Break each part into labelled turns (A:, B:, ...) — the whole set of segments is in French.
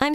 A: I'm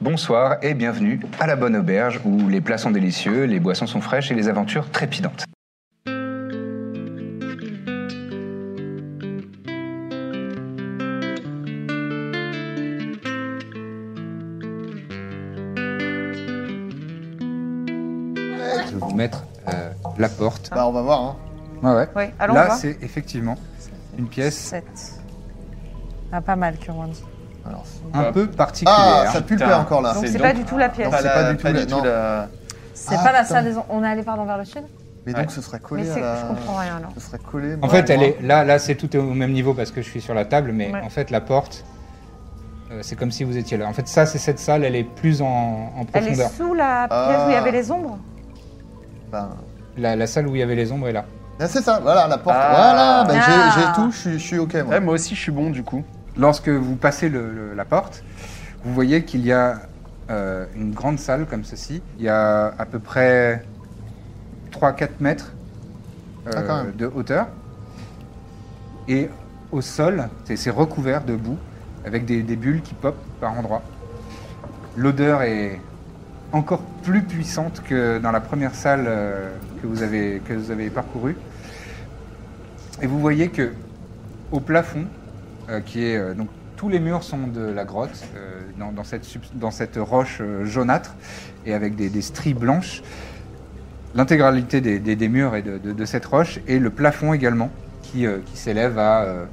B: Bonsoir et bienvenue à la Bonne Auberge où les plats sont délicieux, les boissons sont fraîches et les aventures trépidantes. Je vais vous mettre euh, la porte.
C: Bah on va voir. Hein.
B: Ouais, ouais.
D: Oui, allons
B: Là,
D: voir.
B: c'est effectivement une pièce
D: 7. Ah, pas mal, Kurwandi.
C: Alors, c'est-
B: un peu particulière.
C: ah, ça pue le
E: Putain.
C: pain encore là.
D: Donc,
E: c'est
D: c'est
E: donc-
D: pas du tout la
C: Non,
D: pièce.
C: c'est pas
E: la-
C: du tout la- non.
E: la-
D: C'est
C: Ah,
D: pas la
C: putain.
D: salle des. en- On est allé, pardon, vers le sud
C: Mais donc ce serait
D: Mais
C: collé
D: c'est-
C: à la.
D: je comprends rien, alors.
C: Ce serait collé.
B: En
C: moi,
B: fait, elle
C: moi.
B: est là, là, c'est tout est au même niveau parce que je suis sur la table, mais
D: Ouais.
B: en fait, la porte, euh, c'est comme si vous étiez là. En fait, ça, c'est cette salle, elle est plus en, en
D: Elle
B: profondeur.
D: est sous la pièce
C: Ah.
D: où il y avait les ombres
C: Ben,
B: La, la salle où il y avait les ombres est là.
C: ah, c'est ça, voilà la porte. Voilà,
E: Ah.
C: ben,
D: Ah.
C: j'ai- j'ai tout, je suis- je suis ok moi.
B: Eh,
E: Ouais, moi aussi, je suis bon du coup.
B: Lorsque vous passez le- le- la porte, vous voyez qu'il y a euh, une grande salle comme ceci. Il y a à peu près 3-4 mètres euh,
C: Ah, quand même.
B: de hauteur. Et au sol, c'est c'est recouvert de boue avec des, des bulles qui popent par endroits. L'odeur est encore plus puissante que dans la première salle euh, que vous avez, que vous avez parcourue. Et vous voyez que au plafond, euh, qui est euh, donc tous les murs sont de la grotte euh, dans, dans cette, subs- dans cette roche euh, jaunâtre et avec des, des stries blanches. L'intégralité des, des- des murs et de, de- de cette roche et le plafond également qui, euh, qui s'élève à euh,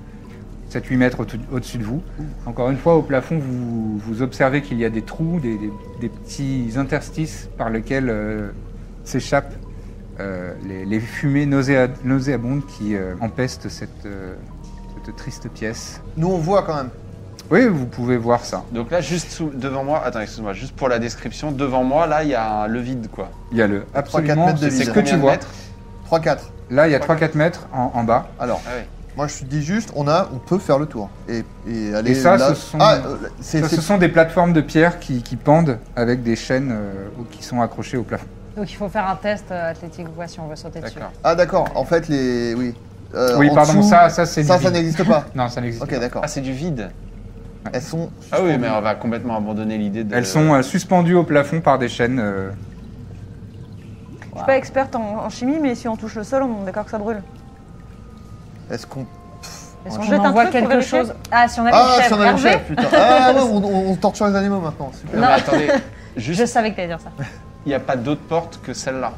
B: 7-8 mètres au- au-dessus de vous. Encore une fois, au plafond, vous, vous observez qu'il y a des trous, des, des- des petits interstices par lesquels euh, s'échappent euh, les, les fumées nauséa- nauséabondes qui euh, empestent cette, euh, cette triste pièce.
C: Nous on voit quand même.
B: Oui, vous pouvez voir ça.
E: Donc là, juste sous- devant moi, attends, excuse-moi, juste pour la description, devant moi, là, il y a un- le vide quoi.
B: Il y a le absolument
C: mètres de
B: c'est
C: vide.
B: ce que
E: combien
B: tu
E: de
B: vois.
E: mètres
C: 3-4.
B: Là, il y a 3-4 mètres en, en bas.
C: Alors,
E: Ah ouais.
C: moi je te dis juste, on a, on peut faire le tour. Et, et aller
B: Et ça,
C: là-
B: ce sont-
C: Ah, euh, c'est-
B: Ça, ce
C: c'est-
B: sont des plateformes de pierre qui, qui pendent avec des chaînes euh, qui sont accrochées au plafond.
D: Donc il faut faire un test euh, athlétique ou quoi si on veut sauter dessus.
C: Ah d'accord, en fait les. Oui. Euh,
B: Oui,
C: en
B: pardon,
C: dessous,
B: ça, ça c'est du
C: Ça, ça
B: vide.
C: n'existe pas.
B: Non, ça n'existe
C: Ok,
B: pas.
C: d'accord.
E: Ah, c'est du vide.
C: Elles sont.
E: Ah oui, mais on va complètement abandonner l'idée de.
B: Elles sont euh, suspendues au plafond par des chaînes. euh,
C: Bah.
D: Je suis pas experte en, en chimie, mais si on touche le sol, on est d'accord que ça brûle.
C: Est-ce qu'on.
D: Est-ce
C: Ouais.
D: qu'on
C: On
D: jette un
F: envoie
D: truc pour
F: quelque
D: vérifier
F: chose.
D: Ah, si on a
C: Ah,
D: le chef,
C: si on avait le
D: Hervé
C: chef, putain. Ah ouais, on, on- on torture les animaux maintenant. Super.
E: euh, Non, mais attendez, juste,
D: Je savais que t'allais dire ça.
E: il n'y a pas d'autre porte que celle-là.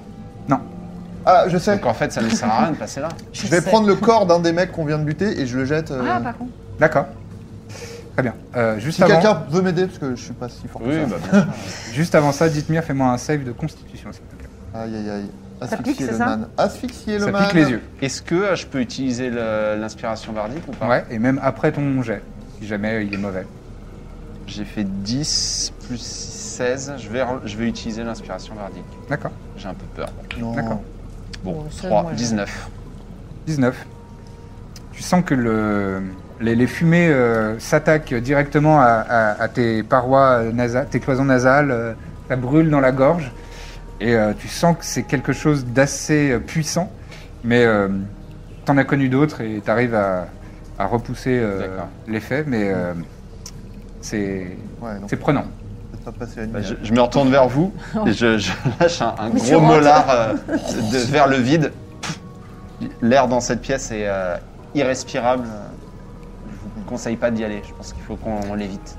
C: Ah, je sais.
E: Donc en fait, ça ne sert à rien de passer là.
C: Je vais prendre le corps d'un des mecs qu'on vient de buter et je le jette. euh,
D: Ah, pas con.
B: D'accord. Très bien. Euh, juste,
C: Si
B: avant,
C: quelqu'un veut m'aider, parce que je suis pas si fort
E: Oui,
C: que ça.
E: bah bien sûr.
B: juste avant ça, dites-moi, fais-moi un save de constitution. s'il te plaît.
E: bah.
C: Aïe aïe aïe.
D: pique,
C: Asphyxier
D: c'est
C: le
D: ça
C: man. Asphyxier le
B: Ça
C: man.
B: pique les yeux.
E: Est-ce que euh, je peux utiliser le- l'inspiration bardique ou pas
B: Ouais, et même après ton jet, si jamais euh, il est mauvais.
E: J'ai fait 10 plus 6, 16. Je vais, re- je vais utiliser l'inspiration bardique.
B: D'accord.
E: J'ai un peu peur.
C: Non.
B: D'accord.
E: Bon,
D: Oh, c'est
E: 3,
D: moi, là.
E: 19.
B: 19. Tu sens que le, les, les fumées euh, s'attaquent directement à, à- à tes parois nasales, tes cloisons nasales, euh, ça brûle dans la gorge, et euh, tu sens que c'est quelque chose d'assez euh, puissant, mais euh, t'en as connu d'autres et t'arrives à, à repousser euh,
E: D'accord.
B: l'effet, mais euh, c'est
C: Ouais, donc
B: c'est prenant.
C: peut-être pas passer la nuit.
E: Bah, je, je me retourne vers vous et je, je lâche un, un
D: Mais tu
E: gros
D: rentres.
E: molar euh, de- vers le vide. L'air dans cette pièce est euh, irrespirable. Je vous conseille pas d'y aller. Je pense qu'il faut qu'on l'évite.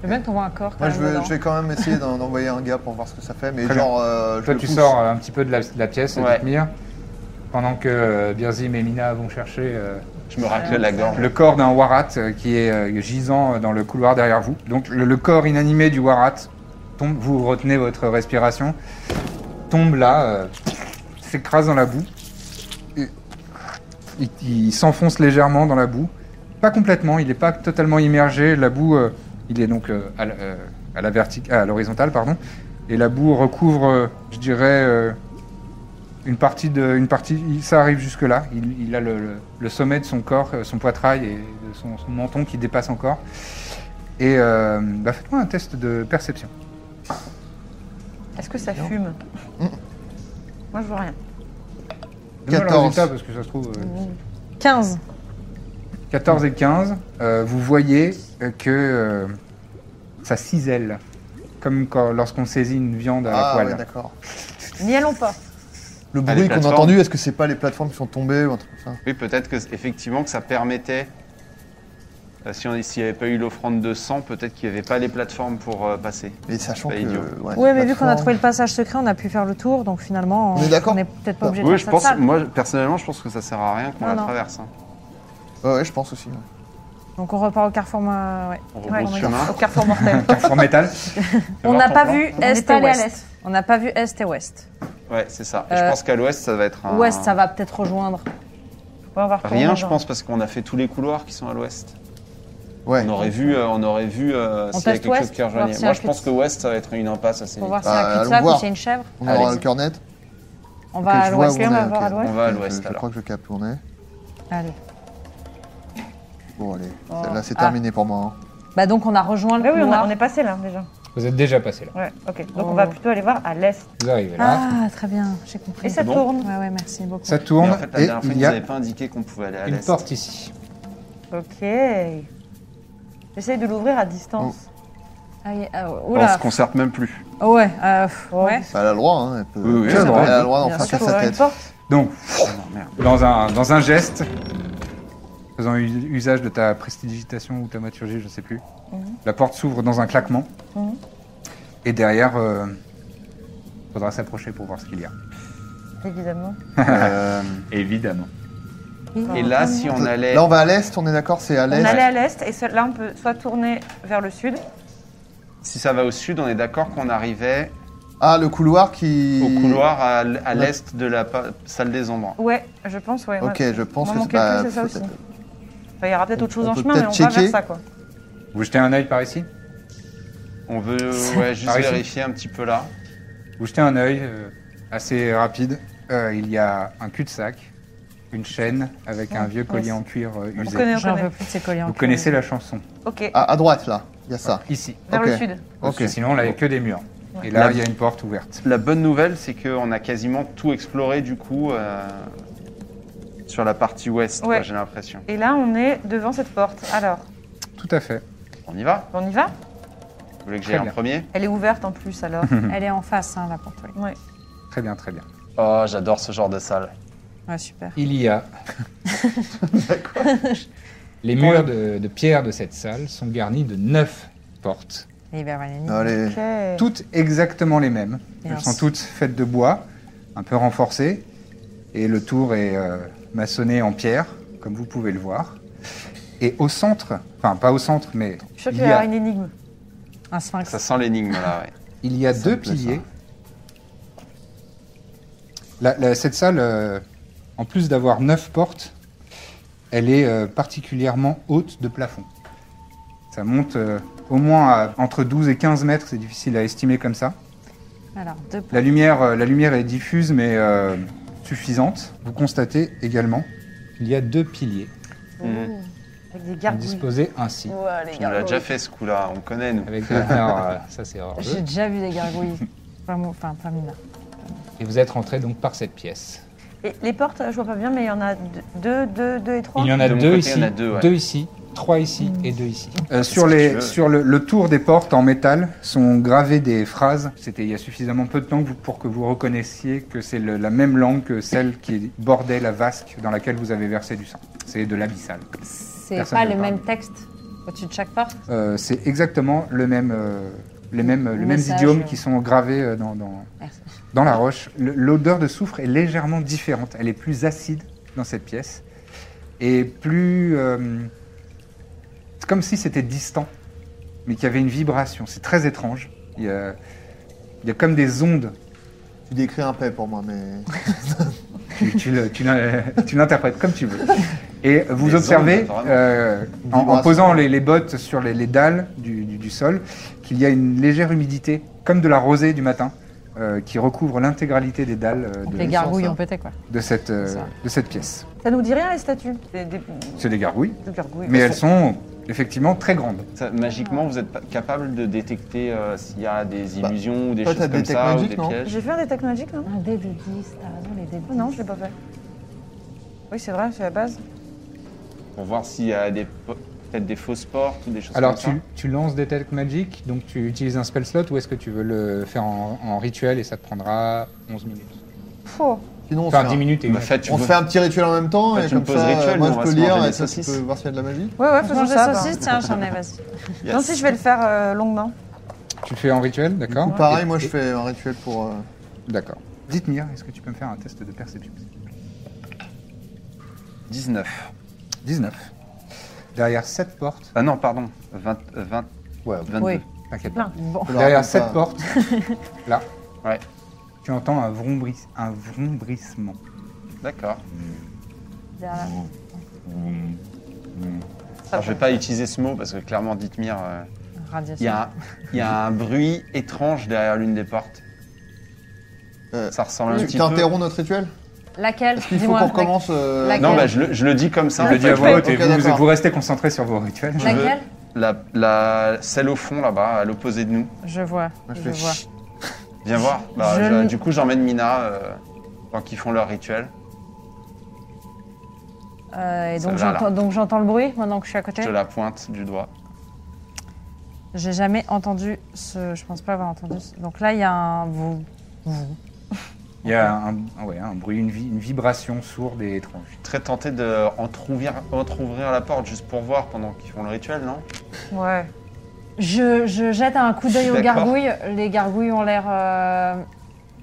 D: Je veux bien que t'envoies un corps. quand
C: Moi, je
D: même,
C: vais,
D: dedans.
C: je vais quand même essayer d'en- d'envoyer un gars pour voir ce que ça fait, mais
B: Très
C: genre. euh, je
B: Toi,
C: le
B: tu
C: pousse.
B: sors euh, un petit peu de la, de la pièce,
E: Ouais.
B: Dithmir, pendant que euh, Birzim et Mina vont chercher. euh,
E: Je me racle la gorge.
B: Le corps d'un warat euh, qui est euh, gisant euh, dans le couloir derrière vous. Donc le, le corps inanimé du warat tombe, vous retenez votre respiration, tombe là, euh, s'écrase dans la boue. Et il il s'enfonce légèrement dans la boue. Pas complètement, il n'est pas totalement immergé. La boue euh, Il est donc euh, à, la- euh, à la vertic- à l'horizontale, pardon. Et la boue recouvre, euh, je dirais, euh, une partie de, une partie. il- Ça arrive jusque là. Il, il a le, le- le sommet de son corps, euh, son poitrail et de son, son menton qui dépasse encore. Et euh, bah, faites-moi un test de perception.
D: Est-ce que ça fume
C: Mm.
D: Moi, je vois rien.
B: Donne-moi le
C: 14.
B: résultat, parce que ça se trouve. euh,
F: 15.
B: 14 et 15, euh, vous voyez euh, que euh, ça cisèle, comme quand- lorsqu'on saisit une viande à la
C: Ah ouais,
B: poêle.
C: d'accord.
D: N'y allons pas.
C: Le
E: Ah, les
C: bruit qu'on a
E: plateformes.
C: entendu, est-ce que c'est pas les plateformes qui sont tombées ou un truc comme ça
E: Oui, peut-être que effectivement que ça permettait. euh, si on- S'il n'y avait pas eu l'offrande de sang, peut-être qu'il n'y avait pas les plateformes pour euh, passer.
C: Mais sachant
E: Pas
C: que.
E: idiot.
F: Ouais,
C: les
F: mais vu qu'on a
C: plateformes-
F: trouvé le passage secret, on a pu faire le tour, donc finalement,
C: On est d'accord
F: n'est peut-être pas obligé de
E: Oui,
F: faire
E: je
F: cette
E: pense.
F: salle.
E: Moi, personnellement, je pense que ça sert à rien qu'on
F: Non,
E: la
F: non.
E: traverse. hein.
C: Ouais, ouais, je pense aussi. ouais.
F: Donc on repart au carrefour. euh, ouais.
E: On
F: Ouais,
E: remonte
F: on
E: le
F: est
E: chemin.
D: Au carrefour mortel.
B: Carrefour métal.
F: On n'a
E: ton
F: pas
E: plan.
F: vu
D: On est
F: est
D: allé
F: et
D: à
F: ouest. On n'a pas vu est et ouest.
E: Ouais, c'est ça. Et
F: Euh,
E: je pense qu'à l'ouest, ça va être un.
F: Ouest, ça va peut-être rejoindre.
D: Ouais, on va retourner
E: Ah. Rien, je
D: dans-
E: pense, parce qu'on a fait tous les couloirs qui sont à l'ouest.
C: Ouais.
E: On aurait vu, euh, on aurait vu euh, s'il y a
F: teste
E: quelque chose
F: ouest,
E: qui
F: voir
E: rejoignait.
F: s'il y a
E: Moi,
F: un
E: je pense
F: petit-
E: que ouest, ça va être une impasse assez
F: Pour voir
E: vite.
F: s'il y a
C: Bah,
F: un
C: allons
F: cul-de-sac ou
C: voir.
F: s'il y a une chèvre.
C: On
E: Allez.
C: aura le cœur net.
F: On va à l'ouest.
D: on
C: on,
D: va
C: est,
D: voir
C: ok.
D: à l'ouest.
E: On va à
C: Donc,
E: l'ouest,
C: Je, je
E: alors.
C: crois que je capte où on est.
F: Allez.
C: Bon, allez.
D: Oh.
C: Là, c'est
F: Ah.
C: terminé pour moi. hein.
F: Bah donc on a rejoint le
D: Mais Ah oui, on, a-
F: couloir.
D: on est passé là déjà.
B: Vous êtes déjà passé là.
D: Ouais, ok. Donc
F: Oh.
D: on va plutôt aller voir à l'est.
B: Vous arrivez là.
F: Ah, très bien, j'ai compris.
D: Et ça
E: bon
D: tourne.
F: Ouais, ouais, merci beaucoup.
B: Ça
E: Mais
B: tourne
E: en fait, la
B: et
E: dernière fois,
B: il
E: ils
B: y
E: nous
B: a
E: avaient pas indiqué qu'on pouvait aller à
B: une
E: l'est.
B: porte ici.
D: Ok. J'essaye de l'ouvrir à distance.
F: Ah, y- ah,
E: On
F: oula.
E: se concerte même plus.
F: Oh, ouais, euh, pff,
D: Oh.
F: ouais.
C: Bah, elle a le droit. Hein, elle, peut...
E: Oui, oui,
C: elle
E: elle a
C: a
E: le
C: le
E: droit.
C: droit d'en
F: Bien
C: faire qu'à
F: sûr,
D: Faut
C: sa
D: ouvrir une
C: tête.
D: porte.
B: Donc,
E: Oh, merde.
B: dans un, dans un geste, faisant u- usage de ta prestidigitation ou ta maturgie, je ne sais plus, la porte s'ouvre dans un claquement.
D: Mhm.
B: Et derrière, il faudra s'approcher pour voir ce qu'il y a.
D: Évidemment.
E: Euh,
B: Évidemment.
E: et
F: Ah.
E: là, si on allait.
C: Là, on va à l'est, on est d'accord C'est à
D: On allait
C: l'est.
D: à l'est et ce- là on peut soit tourner vers le sud.
E: Si ça va au sud, on est d'accord qu'on arrivait
C: Ah, le couloir qui.
E: au couloir à, l- à l'est de la pa- salle des ombres.
D: Ouais, je pense, ouais.
C: Ok,
D: ouais.
C: je pense
D: Moi,
C: que
D: mon
C: c'est pas.
D: calcul, c'est ça aussi.
C: peut-être-
D: Enfin, il y aura peut-être autre chose
C: on
D: en
C: peut
D: chemin, mais on
C: peut-être
D: va vers
C: checker.
D: ça quoi.
B: Vous jetez un œil par ici
E: On veut ouais, juste
B: Par ici.
E: vérifier un petit peu là.
B: Vous jetez un œil euh, assez rapide. Euh, il y a un cul-de-sac, une chaîne avec
D: Ah,
B: un vieux collier
D: ouais,
B: en cuir euh,
D: On
B: usé.
D: connaît, on
F: J'en
D: connaît.
F: veux plus de ces colliers en
B: Vous
F: cuir.
B: connaissez la chanson
D: Ok,
C: Ah, à droite, là. Il y a ça.
B: ici.
D: vers le
C: ok.
D: sud.
B: Parce
C: Ok.
B: que sinon, là, il n'y a que des murs. Et là,
E: La-
B: il y a une porte ouverte.
E: La bonne nouvelle, c'est qu'on a quasiment tout exploré du coup euh, sur la partie ouest,
D: Ouais.
E: quoi, j'ai l'impression.
D: Et là on est devant cette porte. Alors,
B: Tout à fait.
E: On y va
D: on y va
E: Vous voulez que
B: Très
E: j'aille en
B: bien.
E: premier
D: Elle est ouverte en plus alors.
F: Elle est en face, hein, la porte. oui.
D: ouais.
B: Très bien, très bien.
E: Oh, j'adore ce genre de salle.
F: Ouais, super.
B: Il y a. Les murs de, de pierre de cette salle sont garnis de neuf portes,
F: Et ben, voilà, nickel.
C: Allez.
D: Ok.
B: toutes exactement les mêmes.
F: Et
B: Elles
F: alors,
B: sont toutes faites de bois, un peu renforcées, et le tour est euh, maçonné en pierre, comme vous pouvez le voir. Et au centre, enfin pas au centre, mais
D: Je suis sûre
B: il
D: qu'il
B: y
D: va y avoir
B: a,
D: une énigme.
F: Un sphinx.
E: Ça sent l'énigme là, ouais.
B: il y a
C: Ça me
B: deux
C: plaît, ça.
B: piliers. La- la- cette salle, euh, en plus d'avoir neuf portes, elle est euh, particulièrement haute de plafond. Ça monte euh, au moins à entre 12 et 15 mètres, c'est difficile à estimer comme ça.
F: Alors, deux
B: La lumière, euh, la lumière est diffuse mais euh, suffisante. Vous constatez également qu'il y a deux piliers
E: Mhm.
D: Avec des
F: Ah,
B: qui sont
D: gargouilles.
B: disposés ainsi.
D: Ouais, les
E: On l'a
D: gargouilles.
E: déjà fait ce coup-là, on connaît nous.
B: Avec alors, euh, ça c'est hors jeu.
F: J'ai déjà vu des gargouilles. Vraiment, enfin, plein mina.
B: Et vous êtes rentré donc par cette pièce.
D: Et les portes, je vois pas bien, mais il y en a deux, deux, deux, deux et trois.
B: Il y en a
E: De mon
B: deux
E: côté,
B: ici,
E: il y en a deux, ouais.
B: ici, trois ici et deux ici. Euh,
E: ce
B: sur
E: que
B: les-
E: tu veux.
B: sur le, le tour des portes en métal sont gravées des phrases. C'était il y a suffisamment peu de temps que vous- pour que vous reconnaissiez que c'est le- la même langue que celle qui bordait la vasque dans laquelle vous avez versé du sang. C'est de l'abyssal.
F: C'est
B: Personne
F: pas
B: ne
F: le
B: parle.
F: même texte au-dessus de chaque porte
B: Euh, c'est exactement le même, euh, les mêmes, les mêmes
F: Message,
B: idiomes
F: euh.
B: qui sont gravés euh, dans, dans,
F: Merci.
B: dans la roche. Le- L'odeur de soufre est légèrement différente. Elle est plus acide dans cette pièce et plus. euh, c'est comme si c'était distant, mais qu'il y avait une vibration. C'est très étrange. Il y a, il y a comme des ondes.
C: Tu décris un paix pour moi, mais.
B: Tu, tu le- tu l'in- tu l'interprètes comme tu veux. Et vous
E: Des
B: observez,
E: ondes, vraiment.
B: euh, en, en
C: Vibration.
B: posant les, les bottes sur les, les dalles du, du- du sol, qu'il y a une légère humidité, comme de la rosée du matin, euh, qui recouvre l'intégralité des dalles euh,
F: Donc
B: de,
F: les gargouilles
C: ça.
F: ont pété, quoi.
B: de cette, euh,
F: ça.
B: de cette pièce.
D: Ça nous dit rien, les statues des, des-
B: C'est des gargouilles,
D: des gargouilles.
B: mais elles sont effectivement très grandes.
E: Ça, magiquement, vous êtes pas capable de détecter euh, s'il y a des
C: Bah,
E: illusions ou des
C: toi,
E: choses
C: t'as
E: comme
C: Detect
E: ça,
C: Magic,
E: ou des
C: non
E: pièges.
D: J'ai fait un détect magique, non
F: Un dé de 10, t'as raison, les dés de 10.
D: Ah, Non, je l'ai pas fait. Oui, c'est vrai, c'est la base.
E: Pour voir s'il y a des po- peut-être des fausses portes ou des choses
B: Alors
E: comme ça.
B: tu, tu lances des Detect Magic, donc tu utilises un spell slot ou est-ce que tu veux le faire en, en rituel et ça te prendra 11 minutes
D: Oh.
C: Sinon, on,
B: Enfin
C: fait,
B: 10
C: un,
B: minutes et une-
E: Bah, faites- tu
C: on
E: veux- Bah,
C: fait un petit rituel en même temps
E: Faites
C: et
E: une
C: comme
E: pause
C: ça, euh,
E: rituel,
C: moi
E: nous,
C: je
E: on
C: peux
E: va se manger
C: lire
E: des
C: et toi, tu
E: saucisses.
C: peux voir s'il y a de la magie.
D: Ouais, ouais,
F: Je
D: faisons
F: mange des
D: ça. bah.
F: saucisses, tiens, j'en ai, vas-y.
E: Yes.
D: Non, si, je vais le faire euh, longuement.
B: tu le fais en rituel, d'accord
C: Ou pareil,
B: Et-
C: moi je
B: et-
C: fais un rituel pour. euh,
B: D'accord. Dites-moi, est-ce que tu peux me faire un test de perception
E: 19.
B: 19. Derrière cette porte.
E: Ah non, pardon. 20, euh, 20,
B: Ouais,
E: 22.
F: Oui.
B: t'inquiète pas.
D: Plein.
F: Bon.
C: je leur
B: Derrière
C: raconte
B: cette
C: pas.
B: porte, là,
E: Ouais.
B: tu entends un, vrombris, un vrombrissement.
E: D'accord.
F: Derrière la-
E: Alors, je vais pas utiliser ce mot parce que clairement, Dithmir, euh, il
F: Radiation.
E: y, a un- il y a un bruit étrange derrière l'une des portes.
C: Euh,
E: ça ressemble un
C: Tu
E: petit peu.
C: t'interromps notre rituel
F: Laquelle
C: Est-ce qu'il faut qu'on recommence euh,
F: Laquelle
E: Non, bah, je, le, je le dis comme ça.
B: Il
E: en
B: le dit
E: fait,
B: à
E: Ah, je
B: voix
E: vois-
B: haute et
C: ok,
B: vous- vous,
C: d'accord.
B: vous restez concentré sur vos rituels.
E: je veux
F: Laquelle
E: la, la- celle au fond là-bas, à l'opposé de nous.
F: Je vois,
C: Moi, je
F: je
C: fais
F: vois.
E: Viens voir. Bah,
F: Je
E: je-
F: ne-
E: du coup, j'emmène Mina euh, tant qu'ils font leur rituel.
F: Euh, et donc
E: Celle-là, là.
F: j'entends, donc j'entends le bruit maintenant que je suis à côté.
E: Je te la pointe du doigt.
F: J'ai jamais entendu ce. Je pense pas avoir entendu. ce- Donc là, il y a un. vous- vous.
B: Il y a un, ah ouais, un bruit, une, vi- une vibration sourde et étrange.
E: Très tenté de entrouvrir, entrouvrir la porte juste pour voir pendant qu'ils font le rituel, non
D: Ouais.
F: Je, je jette un coup d'œil aux
E: D'accord.
F: gargouilles. Les gargouilles ont l'air euh,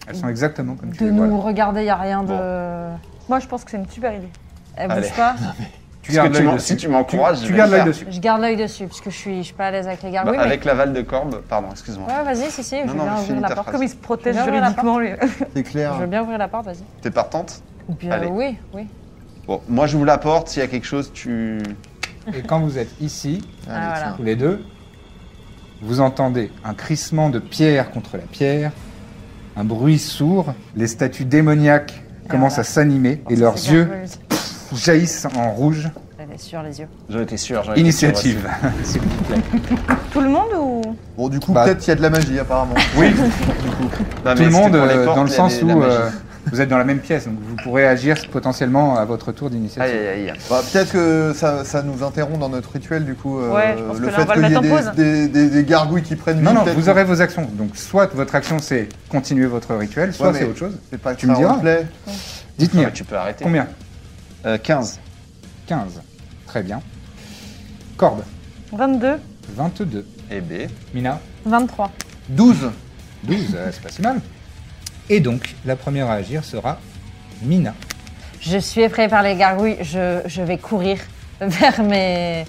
B: Elles sont exactement comme tu
F: de
B: les
F: nous
B: vois. là.
F: regarder. Il n'y a rien de.
D: Moi, je pense que c'est une super idée.
F: Elles
E: Allez.
F: bougent pas.
B: Tu
E: Parce que
B: gardes
E: tu
B: l'œil
E: m'en-
B: dessus.
E: si tu m'encourages,
B: tu,
E: je vais
B: gardes
E: le
B: l'œil
E: faire.
B: dessus.
F: Je garde l'œil dessus parce que je suis, je suis pas à l'aise avec les
E: Bah,
F: gargouilles.
E: Avec l'aval de Corbe, pardon, excuse-moi.
F: mais... Ah Ouais, vas-y, si, si.
E: Non,
F: je veux
E: non,
F: bien
E: mais finis
F: ouvrir la
E: ta
F: porte.
E: phrase.
D: Comme il se protège
F: Je vais ouvrir la
D: juridiquement, lui.
C: C'est clair.
F: Je veux bien ouvrir la porte, vas-y.
E: T'es partante
F: Ou bien,
E: Allez.
F: oui, oui.
E: Bon, moi je vous la porte, s'il y a quelque chose, tu.
B: Et quand vous êtes ici,
F: Ah, voilà.
B: tous les deux, vous entendez un crissement de pierre contre la pierre, un bruit sourd, les statues démoniaques commencent à s'animer et leurs
F: Ah. C'est
B: yeux
F: gargouille.
B: jaillissent en rouge.
F: Elle est sur les yeux.
E: J'en étais sûr. j'en étais
B: Initiative.
D: Tout le monde ou
C: Bon, du coup,
B: Bah-
C: peut-être qu'il y a de la magie apparemment.
B: Oui,
E: sûr. Non, Ah, mais
B: tout le
E: c'était
B: monde
E: pour les
B: euh,
E: portes,
B: dans le
E: il y a
B: sens
E: des- la
B: où
E: magie.
B: euh, vous êtes dans la même pièce, donc vous pourrez agir potentiellement à votre tour
E: Aïe,
B: d'initiative.
E: aïe, aïe.
C: Bah, peut-être que ça, ça nous interrompt dans notre rituel du coup. euh,
D: Ouais, je pense
C: le
D: que là,
C: fait
D: on va
C: qu'il
D: le
C: y ait
D: mettre en
C: des,
D: pause.
C: des- des- des gargouilles qui prennent.
B: Non,
C: vie,
B: non,
C: peut-être
B: vous
C: que-
B: aurez vos actions. Donc, soit votre action, c'est continuer votre rituel, soit
C: Ouais,
B: c'est
C: mais
B: autre chose.
C: C'est pas que
B: Tu me
C: ça
B: diras.
C: reflète.
E: Non,
B: Dites-moi,
E: mais tu peux arrêter.
B: combien
E: Euh, 15.
B: 15. Très bien. Corbe,
D: 22
B: 22.
E: Et B.
B: Mina
F: 23.
C: 12
B: 12, euh, c'est pas si mal. Et donc, la première à agir sera Mina.
F: Je suis effrayée par les gargouilles. Je, je vais courir vers mes,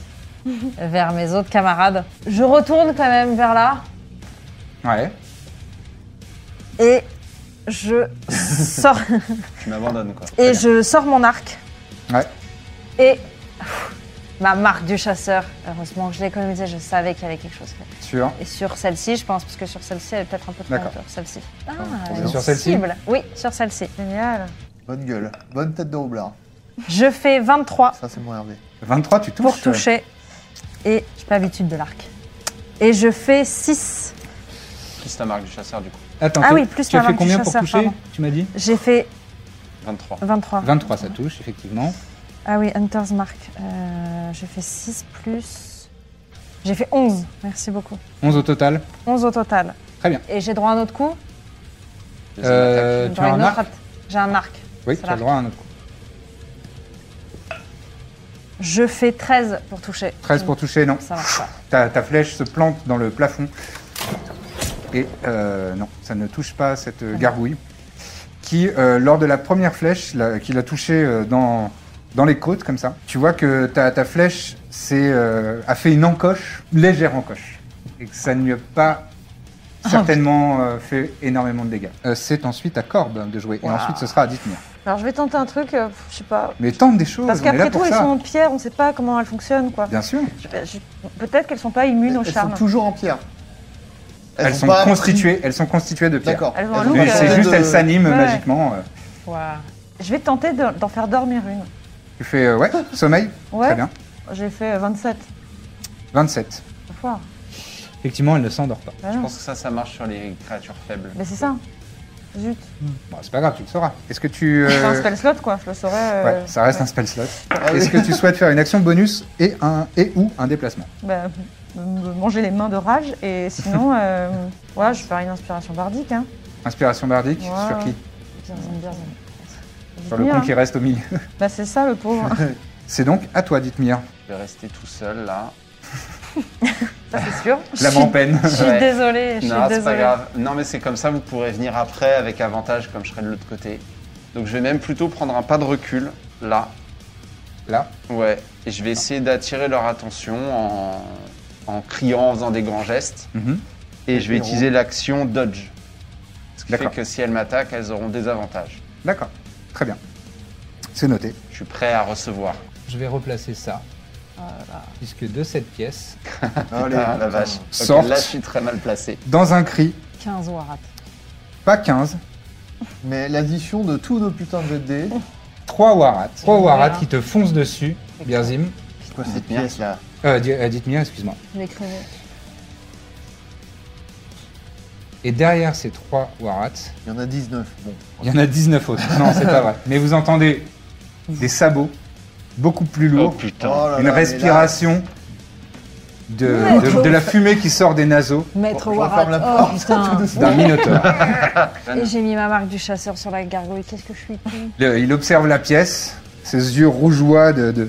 F: vers mes autres camarades. Je retourne quand même vers là
B: Ouais.
F: et je sors,
E: Tu m'abandonnes, quoi.
F: et je sors mon arc
B: Ouais.
F: et pff, ma marque du chasseur. Heureusement que je l'économisais, je savais qu'il y avait quelque chose.
B: Sur.
F: Et sur celle-ci, je pense, parce que sur celle-ci, elle est peut-être un peu trop
B: D'accord.
F: sur celle-ci. Ah,
B: c'est
F: une
B: sur celle-ci
F: cible. Oui, sur celle-ci.
D: Génial.
C: Bonne gueule. Bonne tête de roublard.
F: Je fais 23
C: Ça, c'est mon Hervé.
B: 23, tu touches.
F: pour toucher. Et j'ai pas l'habitude de l'arc. Et je fais 6.
E: Plus la marque du chasseur, du coup.
B: Attends,
F: Ah
B: tu-
F: oui, plus
B: tu as
F: la
B: fait
F: lampe du
B: combien pour
F: chasseur,
B: toucher
F: pardon.
B: Tu m'as dit
F: J'ai fait
E: 23.
F: 23.
B: 23, ça touche, effectivement.
F: Ah oui, Hunter's Mark. Euh, j'ai fait 6 plus. J'ai fait 11. Merci beaucoup.
B: 11 au total.
F: 11 au total.
B: Très bien.
F: Et j'ai droit à un autre coup
E: Deuxième attaque.
B: Euh,
F: J'ai
B: tu
F: droit à
B: as un
F: une
B: arc
F: autre atta- J'ai un arc.
B: Oui, tu as
F: C'est
B: le
F: l'arc.
B: droit à un autre coup.
F: Je fais 13 pour toucher.
B: 13 pour toucher, non.
F: Ça marche pas.
B: Ta, ta flèche se plante dans le plafond. Et euh, non, ça ne touche pas cette
D: Ah
B: euh, gargouille. Qui, euh, lors de la première flèche la- qui l'a touchée euh, dans, dans les côtes, comme ça, tu vois que ta, ta flèche s'est, euh, a fait une encoche, légère encoche. Et que ça ne lui a pas
D: Ah,
B: certainement euh, fait énormément de dégâts. Euh, c'est ensuite à Corbe de jouer. Et ensuite, ce sera à Dithmir.
D: Alors je vais tenter un truc, euh, pff, je sais pas.
B: Mais tente des choses,
D: Parce
B: on est là
D: qu'après tout,
B: pour
D: elles
B: ça.
D: sont en pierre, on sait pas comment elles fonctionnent, quoi.
B: Bien sûr.
D: Je- je- Peut-être qu'elles sont pas immunes au
C: Elles sont
D: charme.
C: toujours en pierre.
B: Elles, sont
C: pas
B: constituées, elles sont constituées de
C: pris-
B: pierre.
C: D'accord.
D: Elles ont un
C: ont
D: look,
C: pas
B: Mais
D: euh,
C: fait
B: C'est juste,
C: de-
B: elles s'animent
D: Ouais.
B: magiquement. euh.
F: Ouah.
D: Je vais tenter de- d'en faire dormir une.
B: Tu fais, euh, ouais, sommeil
D: Ouais.
B: Très bien.
D: J'ai fait euh, 27.
B: 27.
D: Faut voir.
B: Effectivement, elle ne s'endort pas.
D: Bah
E: Je
D: non.
E: pense que ça, ça marche sur les créatures faibles.
D: Mais c'est ça. Zut.
B: Bon, c'est pas grave, tu le sauras. Est-ce que tu... euh,
D: C'est un spell slot, quoi. Je le saurais. euh,
B: Ouais, ça reste
D: ouais.
B: un spell slot.
C: oui.
B: Est-ce que tu souhaites faire une action bonus et, un, et ou un déplacement
D: Bah, me manger les mains de rage et sinon, euh, ouais, je vais faire une inspiration bardique. Hein.
B: Inspiration bardique
D: Ouais.
B: sur qui
D: Bien, bien, bien.
B: Sur le con
D: Dithmir,
B: qui reste au milieu.
D: hein. Bah, c'est ça le pauvre.
B: C'est donc à toi, Dithmir.
E: Je vais rester tout seul là.
D: ça c'est sûr.
B: L'âme en peine.
F: Je suis
E: Ouais.
F: désolée, je suis
E: Non, c'est pas
F: désolée.
E: grave. Non, mais c'est comme ça, vous pourrez venir après avec avantage comme je serai de l'autre côté. Donc je vais même plutôt prendre un pas de recul là.
B: Là,
E: Ouais. Et je vais essayer d'attirer leur attention en, en criant, en faisant des grands gestes.
B: Mhm.
E: Et je vais
B: Héros.
E: utiliser l'action dodge. Ce qui fait
B: D'accord.
E: que si elles m'attaquent, elles auront des avantages.
B: d'accord. Très bien. C'est noté.
E: Je suis prêt à recevoir.
G: Je vais replacer ça. Puisque de cette pièce,
C: Allez.
E: Ah la vache. Ok,
B: Sorte.
E: là, je suis très mal placé.
B: Dans un cri,
F: 15 Warat.
B: pas 15,
C: Mais l'addition de tous nos putains de dés.
D: Oh,
B: 3 warats. 3
F: Voilà.
G: Parat qui te fonce dessus, Birzim.
C: C'est quoi
E: cette
C: cette
E: Bien.
C: pièce là
G: Euh, Di- euh, Dithmir, excuse-moi.
F: Je l'ai crevé.
G: Et derrière ces trois warats,
C: Il y en a 19. Bon.
B: Il y en a 19 autres. Non, c'est pas vrai. Mais vous entendez des sabots beaucoup plus
E: Oh
B: lourds,
E: putain.
C: Oh là
B: une
C: là,
B: respiration de, de- de la fumée qui sort des naseaux
F: Maître
C: Bon, je
F: Warat.
C: referme la
F: Oh
C: porte.
F: putain.
B: d'un minotaure.
F: Et j'ai mis ma marque du chasseur sur la gargouille. Qu'est-ce que je suis con.
B: Le- il observe la pièce, ses yeux rougeois de, de,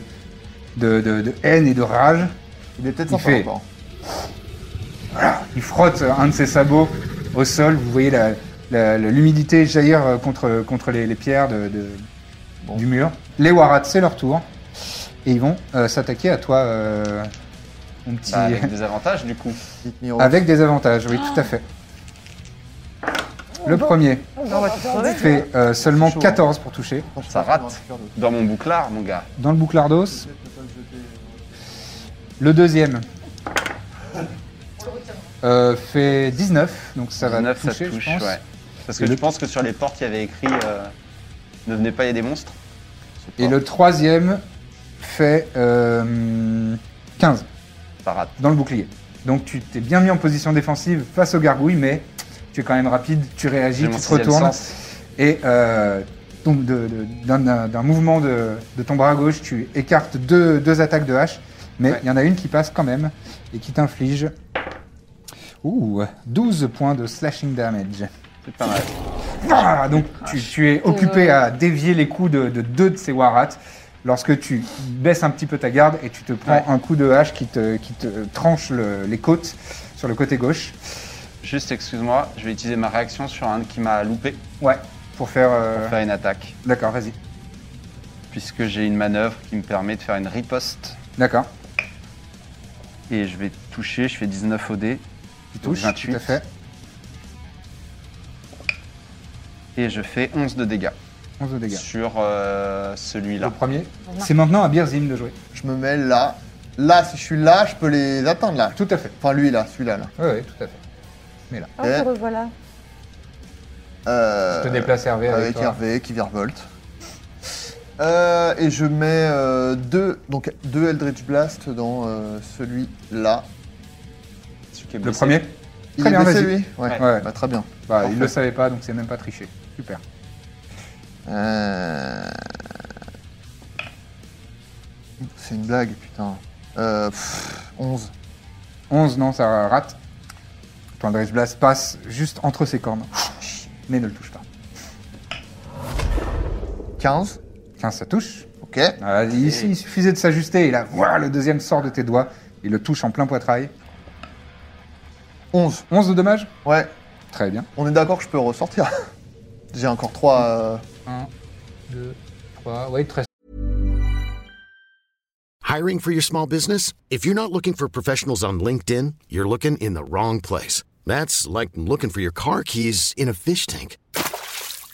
B: de- de- de haine et de rage.
C: Il est peut-être
B: Il
C: sympa
B: fait-
C: encore.
B: Il frotte un de ses sabots au sol. Vous voyez la- la- la- l'humidité jaillir euh, contre, contre les, les pierres de- de- du mur. Les warats, c'est leur tour. Et ils vont euh, s'attaquer à toi, euh, mon petit...
E: Bah, avec des avantages du coup.
C: Petite Miro.
B: Avec des avantages, oui, tout à fait. Le premier
D: Non, bah, tu saurais.
B: fait euh, seulement
E: hein.
C: Chaud.
B: 14 pour toucher.
C: Franchement,
E: ça
C: je vais
E: rate.
C: en faire d'autres.
E: Dans mon bouclard, mon gars.
B: Dans le bouclardos. Le deuxième euh, fait 19, donc ça va
E: 19,
B: toucher,
E: ça touche,
B: je pense.
E: ouais. Parce que
B: Et
E: je
B: le-
E: pense que sur les portes, il y avait écrit euh, Ne venez pas, il y a des monstres.
B: Et le troisième fait euh, 15
E: Ça rate.
B: dans le bouclier. Donc tu t'es bien mis en position défensive face aux gargouilles, mais tu es quand même rapide, tu réagis,
E: J'ai
B: tu
E: mon
B: te
E: sixième
B: retournes.
E: sens.
B: Et euh, donc de- de- d'un- d'un d'un mouvement de, de ton bras gauche, tu écartes deux, deux attaques de hache, mais il
E: Ouais.
B: y en a une qui passe quand même et qui t'inflige ouh, 12 points de slashing damage.
E: C'est pas mal.
B: Ah, donc tu, tu es occupé à dévier les coups de, de deux de ces warats lorsque tu baisses un petit peu ta garde et tu te prends
E: Ouais.
B: un coup de hache qui te, qui te tranche le- les côtes sur le côté gauche.
E: Juste, excuse-moi, je vais utiliser ma réaction sur un qui m'a loupé
B: Ouais, pour faire... euh,
E: pour faire une attaque.
B: D'accord, vas-y.
E: Puisque j'ai une manœuvre qui me permet de faire une riposte.
B: D'accord,
E: Et je vais toucher, je fais 19 au dé.
B: tu
E: Donc
B: touches,
E: 28.
B: tout à fait.
E: Et je fais 11 de dégâts
B: 11 de dégâts.
E: sur euh, celui-là.
B: Le premier. C'est maintenant à Birzim de jouer.
C: Je me mets là. Là, si je suis là, je peux les atteindre là.
B: Tout à fait.
C: Enfin, lui là, celui-là. Là.
B: Oui, oui, tout à fait.
D: Ah, te revoilà.
C: Eh. Euh,
B: Je te déplace Hervé avec,
C: avec
B: toi.
C: Hervé qui virevolte. Euh, et je mets euh, deux, donc deux Eldritch Blast dans euh, celui-là.
E: Celui qui est
B: Le
E: blessé.
B: premier
C: Il
B: Très
C: est
B: bien,
C: blessé,
B: vas-y.
C: lui ouais.
B: Ouais.
C: Bah, très bien.
B: Bah,
C: Parfait.
B: il le savait pas, donc c'est même pas triché. Super.
C: Euh, C'est une blague, putain. Euh, pff, 11.
B: 11, non, ça rate. Ton Eldritch Blast passe juste entre ses cornes. Mais ne le touche pas.
C: 15.
B: 15, ça touche.
C: Ok.
B: Ah, il, il suffisait de s'ajuster et là, voilà, le deuxième sort de tes doigts et le touche en plein poitrail.
C: 11.
B: 11 de dommage
C: Ouais.
B: Très bien.
C: On est d'accord que je peux ressortir. J'ai encore euh, 3.
G: 2, 3, ouais, 13
H: Hiring for your small business? If you're not looking for professionals on LinkedIn, you're looking in the wrong place. That's like looking for your car keys in a fish tank.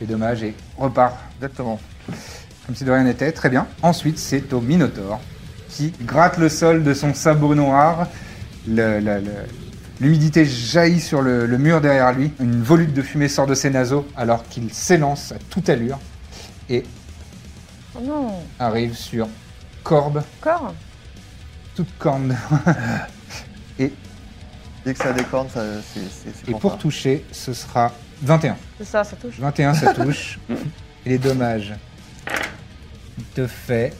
B: tes dommages et repars
C: Exactement.
B: comme si de rien n'était. Très bien. Ensuite, c'est au Minotaure qui gratte le sol de son sabot noir. Le- le- le- L'humidité jaillit sur le, le mur derrière lui. Une volute de fumée sort de ses naseaux alors qu'il s'élance à toute allure et
D: Oh non,
B: arrive sur Corbe,
D: encore
B: toute corne. et
C: Dès que ça décorne, ça, c'est, c'est, c'est
B: et
C: pour
B: pour
C: ça.
B: toucher, ce sera 21.
D: C'est ça, ça touche.
B: 21, ça touche. et les dommages te fait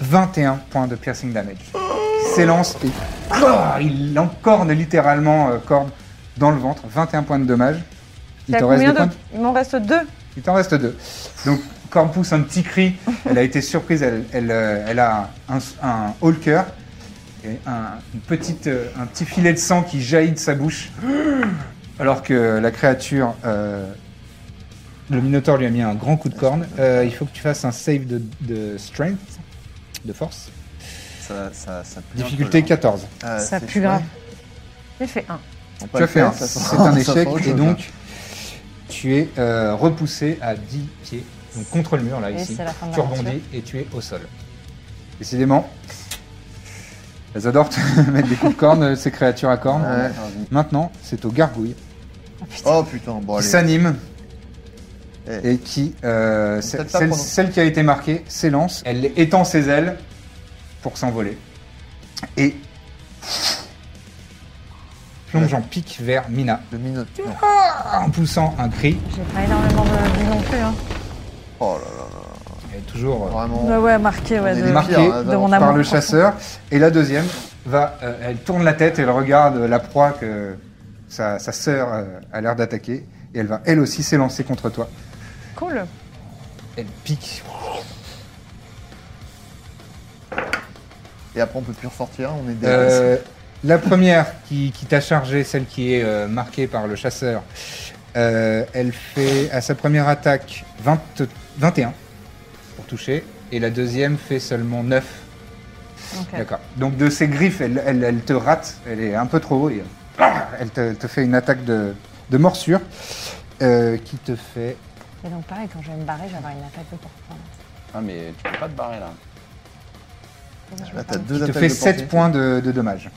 B: 21 points de piercing damage.
D: Oh.
B: Il s'élance et Ah, il encorne littéralement euh, Corbe dans le ventre. 21 points de dommages. Il
D: T'as
B: t'en reste
D: combien
B: des points
D: de... Il m'en reste deux.
B: Il t'en reste deux. Donc Corbe pousse un petit cri. Elle a été surprise. Elle, elle, euh, elle a un, un haut le cœur et un, une petite, euh, un petit filet de sang qui jaillit de sa bouche. Alors que la créature, euh, le Minotaur lui a mis un grand coup de corne. Euh, il faut que tu fasses un save de, de strength, de force.
E: Ça, ça, ça pue un peu,
B: Difficulté
E: là.
B: 14.
C: Ah,
F: Ça
C: c'est
F: pue
C: chouette.
F: grave.
D: J'ai fait un.
C: On peut
B: Tu as
C: le
B: fait
C: faire,
B: un,
C: ça sent-
B: c'est un
C: ça
B: échec
C: sent autre
B: et
C: chose,
B: donc tu es euh, repoussé à 10 pieds, donc contre le mur là
F: Et
B: ici.
F: c'est la fin de
B: Tu
F: la
B: rebondis et tu es au sol. Décidément, elles adorent te mettre des coups de corne, ces créatures à cornes.
C: hein. Ouais.
B: Maintenant, c'est aux gargouilles
C: Oh putain, bon
B: qui
C: allez.
B: s'animent
C: Eh.
B: et qui, euh,
C: Peut-être
B: celle,
C: pas
B: celle-
C: prononcer.
B: celle qui a été marquée, s'élance. Elle étend ses ailes pour s'envoler et plonge en pique vers Mina.
C: Le minotaure. non.
B: en poussant un cri.
F: J'ai pas énormément de vie non plus. Hein.
C: Oh là là,
B: Elle est toujours euh,
C: vraiment.
F: Bah Ouais, ouais, marqué,
C: on
F: ouais.
C: est
F: de-
C: des
B: marquée
C: pires, hein,
F: de
C: vraiment.
F: mon
B: par
F: amour.
B: le chasseur. Et la deuxième va, euh, elle tourne la tête, elle regarde la proie que sa, sa sœur euh, a l'air d'attaquer. Et elle va elle aussi s'élancer contre toi.
D: Cool.
B: Elle pique.
C: Et après, on peut plus ressortir, hein, on est des.
B: Euh, la première qui, qui t'a chargé, celle qui est euh, marquée par le chasseur, euh, elle fait à sa première attaque 20 21 pour toucher. Et la deuxième fait seulement 9
D: Ok.
B: D'accord. Donc de ses griffes, elle, elle- elle te rate, elle est un peu trop haut et ah, elle te, elle te fait une attaque de, de morsure euh, qui te fait...
F: Et donc, pareil, quand je vais me barrer, je vais avoir une attaque de porte.
E: Ah, mais tu peux pas te barrer là.
C: Là, Ah, t'as deux
B: qui te
C: attaques
B: fait
C: de
B: 7
C: portée.
B: points de, de dommage,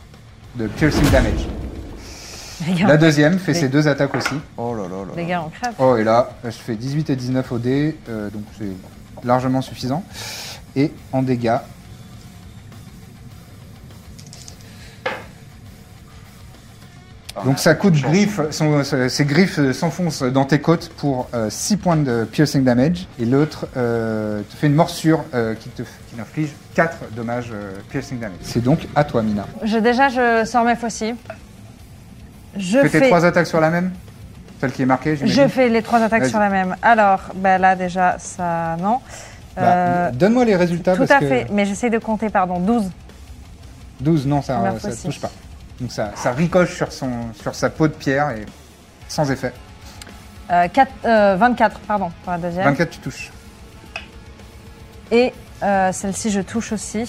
B: de piercing damage.
F: Les
B: La
F: gars,
B: deuxième fait
F: Ah. Oui.
B: ses deux attaques aussi.
C: Oh là là là.
F: les gars, on crève.
B: Oh et là, je fais 18 et 19 au dé, euh, donc c'est largement suffisant. Et en dégâts... Donc sa coup de griffe, son- ce- ses griffes euh, s'enfoncent dans tes côtes pour 6 points de piercing damage et l'autre euh, te fait une morsure euh, qui te qui inflige 4 dommages euh, piercing damage. C'est donc à toi Mina.
F: Je, déjà, je sors mes faucilles. Je
B: Tu fais tes
F: fais,
B: 3 attaques sur la même Celle qui est marquée,
F: je
B: j'imagine
F: fais les trois attaques
B: Vas-y.
F: sur la même. Alors, bah, là, déjà, ça, non.
B: Bah,
F: Euh,
B: Donne-moi les résultats
F: tout
B: parce
F: à
B: que
F: fait, mais j'essaie de compter, pardon, 12.
B: 12 non ça
F: Première
B: ça
F: fois,
B: touche
F: six.
B: pas. Donc ça, ça ricoche sur son sur sa peau de pierre et sans effet.
F: Euh, quatre- euh, 24, pardon, pour la deuxième.
B: 24 tu touches.
F: Et euh, celle-ci, je touche aussi.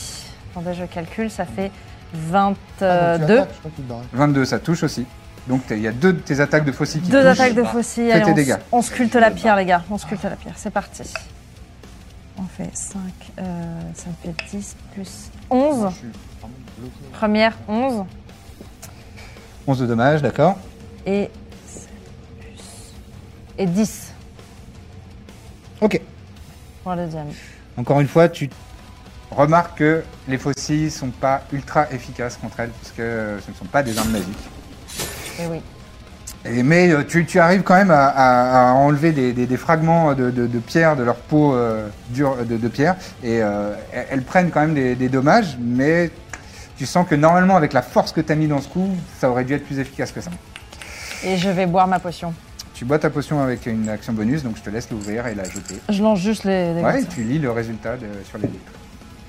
F: Attendez, je calcule, ça fait 22.
C: Ah, donc tu attaques, je crois que tu te barres.
B: 22 ça touche aussi. Donc t'es- il y a deux de tes attaques de faucilles qui
F: Deux
B: touchent. Bah,
F: attaques de faucilles.
B: Fais
F: Allez,
B: tes
F: on,
B: dégâts.
F: s- on sculpte la pierre, les gars. On sculpte la pierre. C'est parti. On fait 5, ça me fait 10 plus 11.
C: Je suis vraiment bloqué.
F: Première, 11.
B: 11 de dommages, d'accord.
F: Et, sept plus- et 10
B: OK.
F: pour la deuxième.
B: Encore une fois, tu remarques que les faucilles sont pas ultra efficaces contre elles puisque euh, ce ne sont pas des armes magiques.
F: Et oui.
B: Et- mais euh, tu, tu arrives quand même à, à- à enlever des, des- des fragments de, de- de pierre, de leur peau euh, dure de, de pierre, et euh, elles- elles prennent quand même des, des dommages, mais tu sens que normalement, avec la force que tu as mis dans ce coup, ça aurait dû être plus efficace que ça.
F: Et je vais boire ma potion.
B: Tu bois ta potion avec une action bonus, donc je te laisse l'ouvrir et la jeter.
F: Je lance juste les, les
B: Ouais, et tu lis le résultat de- sur les lettres.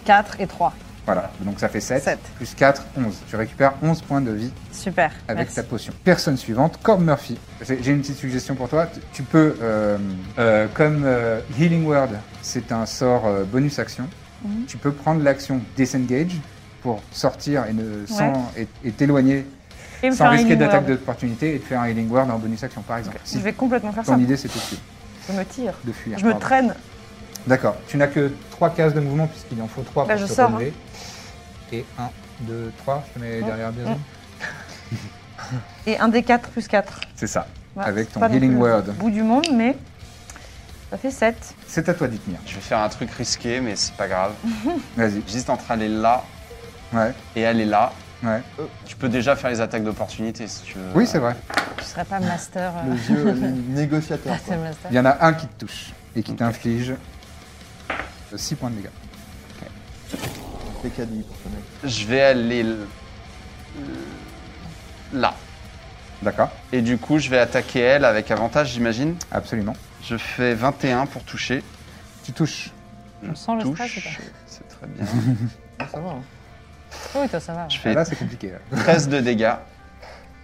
F: 4 et 3.
B: Voilà, donc ça fait 7,
F: Sept.
B: plus 4, 11. Tu récupères 11 points de vie
F: Super.
B: avec
F: merci.
B: ta potion. Personne suivante, Corb Murphy. J'ai j'ai une petite suggestion pour toi. Tu- Tu peux, euh, euh, comme euh, Healing Word, c'est un sort euh, bonus action,
D: Mhm.
B: tu peux prendre l'action Disengage pour sortir et ne- sans- et- et t'éloigner
D: Et me
B: sans
D: faire un
B: risquer
D: healing
B: d'attaque
D: word.
B: d'opportunité et de faire un healing word en bonus action, par exemple. Si
D: Je vais complètement faire
B: ton
D: ça.
B: idée, c'est tout de suite,
D: Je me tire.
B: de fuir.
D: Je me
B: pardon.
D: traîne.
B: D'accord. Tu n'as que 3 cases de mouvement, puisqu'il en faut 3
D: Bah,
B: pour
D: je
B: te
D: sors,
B: relever. Et 1, 2, 3, je te mets derrière bien.
D: Et un des 4 plus 4.
B: C'est ça.
D: Voilà,
B: Avec
D: c'est
B: ton
D: pas non plus
B: healing
D: le
B: word.
D: bout du monde, mais ça fait 7.
B: C'est à toi, Dithmir.
E: Je vais faire un truc risqué, mais c'est pas grave.
B: Vas-y.
E: J'hésite entre aller là
B: Ouais,
E: et aller là.
B: ouais.
E: Tu peux déjà faire les attaques d'opportunité si tu veux.
B: Oui, c'est vrai.
F: Tu serais pas master. euh,
C: Le vieux négociateur.
F: master,
C: quoi.
F: master.
B: Il y en a un qui te touche et qui t'inflige 6 points de dégâts.
C: Des caddies pour ce mec.
E: Je vais aller l- là.
B: D'accord,
E: Et du coup, je vais attaquer elle avec avantage, j'imagine.
B: absolument.
E: Je fais 21 pour toucher.
B: Tu touches.
F: Je sens le stress ou
E: Touche,
F: pas
E: c'est très bien.
C: Ah, ça va. hein.
F: Oui, toi, ça va.
E: Je
B: Ah,
E: fais
B: Là, c'est compliqué. là.
E: 13 de dégâts.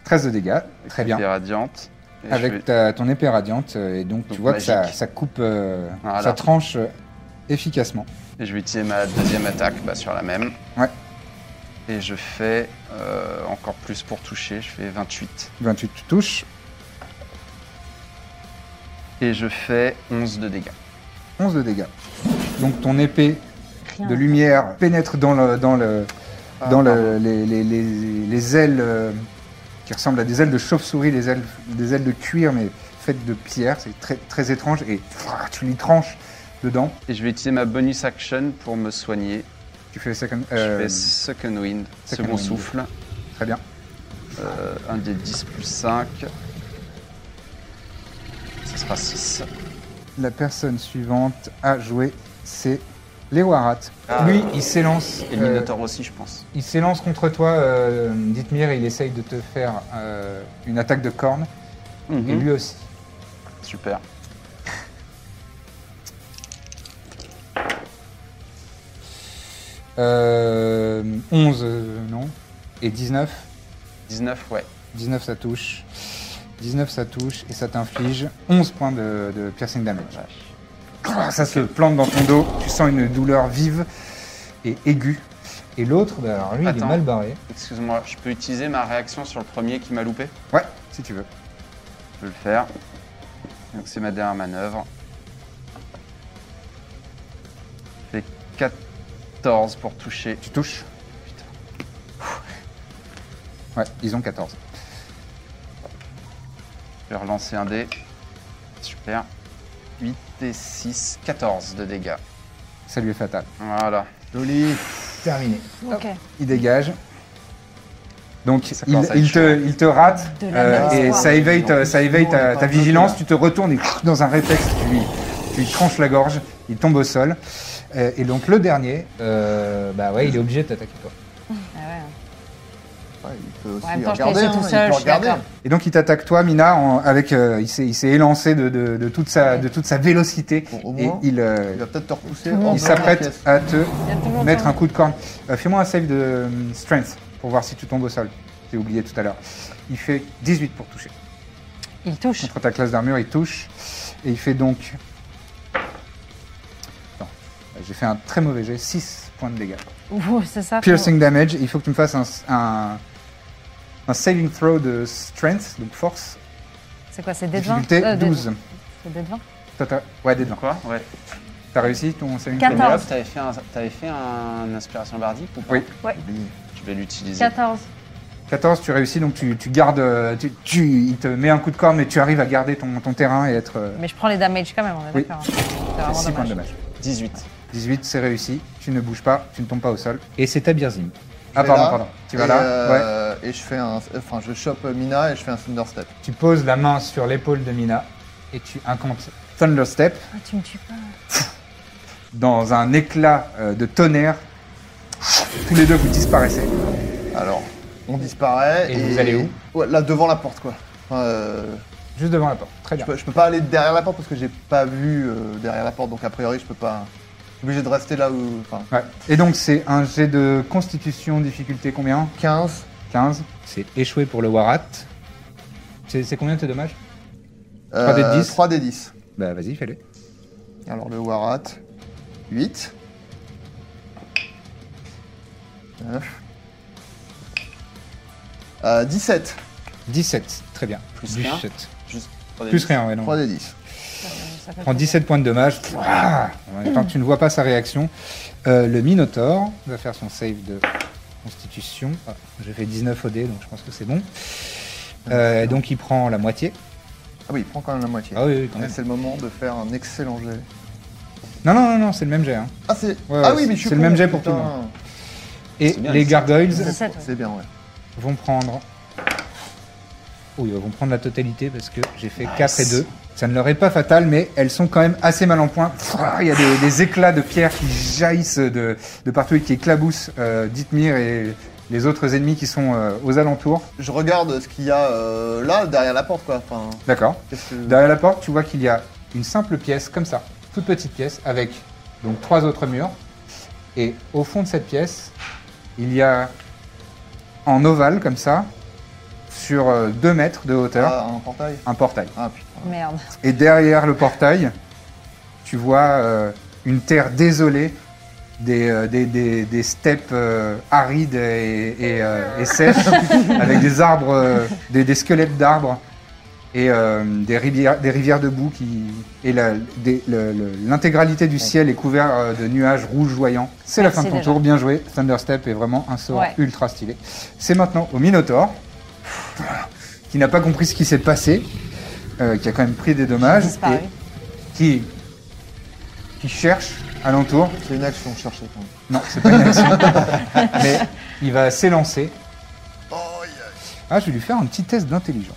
B: 13 de dégâts. Très bien.
E: Épée radiante. Et je
B: avec
E: vais-
B: ta- ton épée radiante euh, et donc,
E: Donc
B: tu vois que ça,
E: magique.
B: ça coupe, euh,
E: Voilà.
B: ça tranche euh, efficacement.
E: Et je vais utiliser ma deuxième attaque bah, sur la même.
B: Ouais.
E: Et je fais euh, encore plus pour toucher, je fais 28.
B: 28 tu touches,
E: Et je fais 11 de dégâts.
B: 11 de dégâts. Donc ton épée
F: Rien.
B: de lumière pénètre dans, le, dans, le,
E: Ah,
B: dans le-
E: pardon.
B: les, les- les- les ailes euh, qui ressemblent à des ailes de chauve-souris, des ailes, des ailes de cuir mais faites de pierre. C'est très, très étrange et ah, tu lui tranches dedans.
E: Et je vais utiliser ma bonus action pour me soigner.
B: Tu fais second.
E: Je
B: euh,
E: fais second wind,
B: second
E: second
B: wind.
E: souffle.
B: très bien.
E: Euh, un des 10 plus 5. Ça sera 6.
B: La personne suivante à jouer, c'est les Warat.
E: Ah.
B: Lui, il s'élance.
E: Et le
B: euh,
E: Minotaur aussi, je pense.
B: Il s'élance contre toi, euh, Dithmir, et il essaye de te faire euh, une attaque de corne, et
E: Mhm.
B: lui aussi.
E: Super.
B: Euh, 11, euh, non Et 19
E: 19, ouais.
B: 19, ça touche. 19, ça touche, et ça t'inflige 11 points de, de piercing damage. Ah, Ça se plante dans ton dos, tu sens une douleur vive et aiguë.
G: Et l'autre, bah, alors lui, il
E: Attends.
G: est mal barré.
E: Excuse-moi, je peux utiliser ma réaction sur le premier qui m'a loupé
B: Ouais, si tu veux.
E: Je peux le faire. Donc c'est ma dernière manœuvre. Je fais 14 pour toucher.
B: Tu touches
E: Putain.
B: Ouais, ils ont 14.
E: Je vais relancer un dé. Super. 8 et 6, 14 de dégâts.
B: Ça lui est fatal.
E: Voilà.
B: Joli. Terminé.
F: Ok. Ah
B: il dégage. Donc
E: Ça
B: il,
E: commence à
B: il
E: être
B: te,
E: chaud.
B: il te rate
F: De la
B: euh,
F: mauvaise
B: et
F: foi.
B: ça éveille, ta, ça éveille ta,
C: Non,
B: ta
C: pas
B: vigilance,
C: de
B: tu te retournes et dans un réflexe tu lui, tu lui tranches la gorge, il tombe au sol. Euh, et donc le dernier,
G: Euh, bah ouais, il est obligé de t'attaquer toi.
F: Ah ouais.
C: Ouais, il peut aussi
F: En même temps, je t'ai
C: regarder.
F: dit
C: hein,
F: tout
C: il
F: seul,
C: peut
F: je suis
C: regarder.
F: d'accord.
B: et donc il t'attaque toi Mina, en- avec, euh, il s'est il s'est élancé de, de- de toute sa, de toute sa vélocité
C: Bon, au
B: et
C: moins,
B: il, euh,
C: Il va peut-être te repousser.
F: Tout le
C: hors
F: monde
B: il
C: de la
B: s'apprête
C: pièce.
B: à te
F: Il y a tout le monde
B: mettre
F: dans-
B: un coup de corne. Euh, Fais-moi un save de euh, strength pour voir si tu tombes au sol. J'ai oublié tout à l'heure. Il fait 18 pour toucher.
F: Il touche.
B: Contre ta classe d'armure, il touche. Et il fait donc. Attends, J'ai fait un très mauvais jet, 6 points de dégâts.
F: Ouh, c'est ça. faut-
B: Piercing damage, il faut que tu me fasses un, un, un saving throw de strength, donc force.
F: C'est quoi C'est des 20
B: Difficulté
F: Euh, des-
B: 12.
F: C'est des 20
B: Toi, t'as- ouais, des 20.
E: Quoi Ouais.
B: T'as réussi ton saving
E: Mais
B: throw
F: 14.
E: Hop, t'avais fait, un, t'avais fait un inspiration bardique ou pas
B: Oui.
E: Je vais l'utiliser.
F: 14.
B: 14, tu réussis, donc tu, tu gardes. euh, Tu, tu- il te met un coup de corne, mais tu arrives à garder ton, ton terrain et être.
F: Mais je prends les damage quand même, on est
B: Oui.
F: d'accord. hein. C'est vraiment
B: 6 points de
F: dommage.
B: dommage.
E: 18.
B: 18, c'est réussi. Tu ne bouges pas, tu ne tombes pas au sol.
G: Et c'est ta Birzim.
B: Ah,
C: vais
B: pardon,
C: là,
B: pardon. Tu vas
C: et,
B: là ouais.
C: euh, Et je fais un. Enfin, je chope Mina et je fais un Thunder Step.
B: Tu poses la main sur l'épaule de Mina et tu incantes Thunder Step
F: Ah, tu me tues pas.
B: dans un éclat euh, de tonnerre. Tous les deux vous disparaissez.
C: Alors, on disparaît.
G: Et vous allez où
C: Ouais, là, devant la porte, quoi. Enfin, euh,
B: Juste devant la porte. Très
C: Je
B: bien.
C: peux, je peux pas aller derrière la porte parce que j'ai pas vu euh, derrière la porte, donc a priori je peux pas. Je suis obligé de rester là où. Enfin,
B: Ouais. Et donc, c'est un jet de constitution, difficulté combien
C: 15.
B: 15. C'est échoué pour le Warat. C'est c'est combien tes dommages Trois des dix.
C: 3 Euh, des 10.
B: Bah, vas-y, fais-le.
C: Alors le Warat, 8. 9. Euh, 17.
B: 17. Très bien.
E: Plus
B: Du
E: rien.
B: shit.
E: Juste pour des
B: Plus
E: dix.
B: rien, ouais, non.
C: 3 des 10.
B: prend 17 points de dommage. Pouah Quand tu ne vois pas sa réaction, Euh, le Minotaur va faire son save de constitution. Ah, J'ai fait 19 OD, donc je pense que c'est bon. Euh, donc il prend la moitié.
C: Ah oui, il prend quand même la moitié.
B: Ah oui, oui, quand
C: Là,
B: même.
C: C'est le moment de faire un excellent jet.
B: Non, non, non, non c'est le même jet. hein.
C: Ah, c'est...
B: Ouais, ouais,
C: ah oui, mais
B: c'est-
C: je suis
B: c'est le
C: con,
B: même jet pour
C: putain.
B: tout le Et
E: C'est bien,
B: les
E: c'est-
B: gargoyles
F: C'est sept, ouais.
C: C'est bien, ouais.
B: vont prendre. Oui, elles vont prendre la totalité parce que j'ai fait 4 et 2. Ça ne leur est pas fatal, mais elles sont quand même assez mal en point. Pouah, Il y a des, des éclats de pierre qui jaillissent de, de partout et qui éclaboussent euh, Dithmir et les autres ennemis qui sont euh, aux alentours.
C: Je regarde ce qu'il y a euh, là, derrière la porte, quoi. Enfin,
B: D'accord.
C: qu'est-ce que...
B: Derrière la porte, tu vois qu'il y a une simple pièce comme ça, toute petite pièce, avec donc trois autres murs. Et au fond de cette pièce, il y a en ovale comme ça, sur euh, deux mètres de hauteur,
C: Ah, un portail
B: un portail.
C: Ah putain.
F: Merde.
B: Et derrière le portail, tu vois euh, une terre désolée, des, euh, des, des- des steppes euh, arides et, et, euh, et sèches, avec des arbres, euh, des, des squelettes d'arbres et euh, des, rivières, des rivières de boue qui et la- des- le- le- l'intégralité du ciel est couvert euh, de nuages rouges voyants. C'est la
F: Merci
B: fin de ton
F: déjà.
B: tour, bien joué. Thunderstep est vraiment un sort
F: Ouais.
B: ultra stylé. C'est maintenant au Minotaur qui n'a pas compris ce qui s'est passé, euh, qui a quand même pris des dommages,
F: Disparu.
B: et qui, qui cherche alentour.
C: C'est une action cherchée. quand même.
B: Non, c'est pas une action. Mais il va s'élancer. Ah, je vais lui faire un petit test d'intelligence.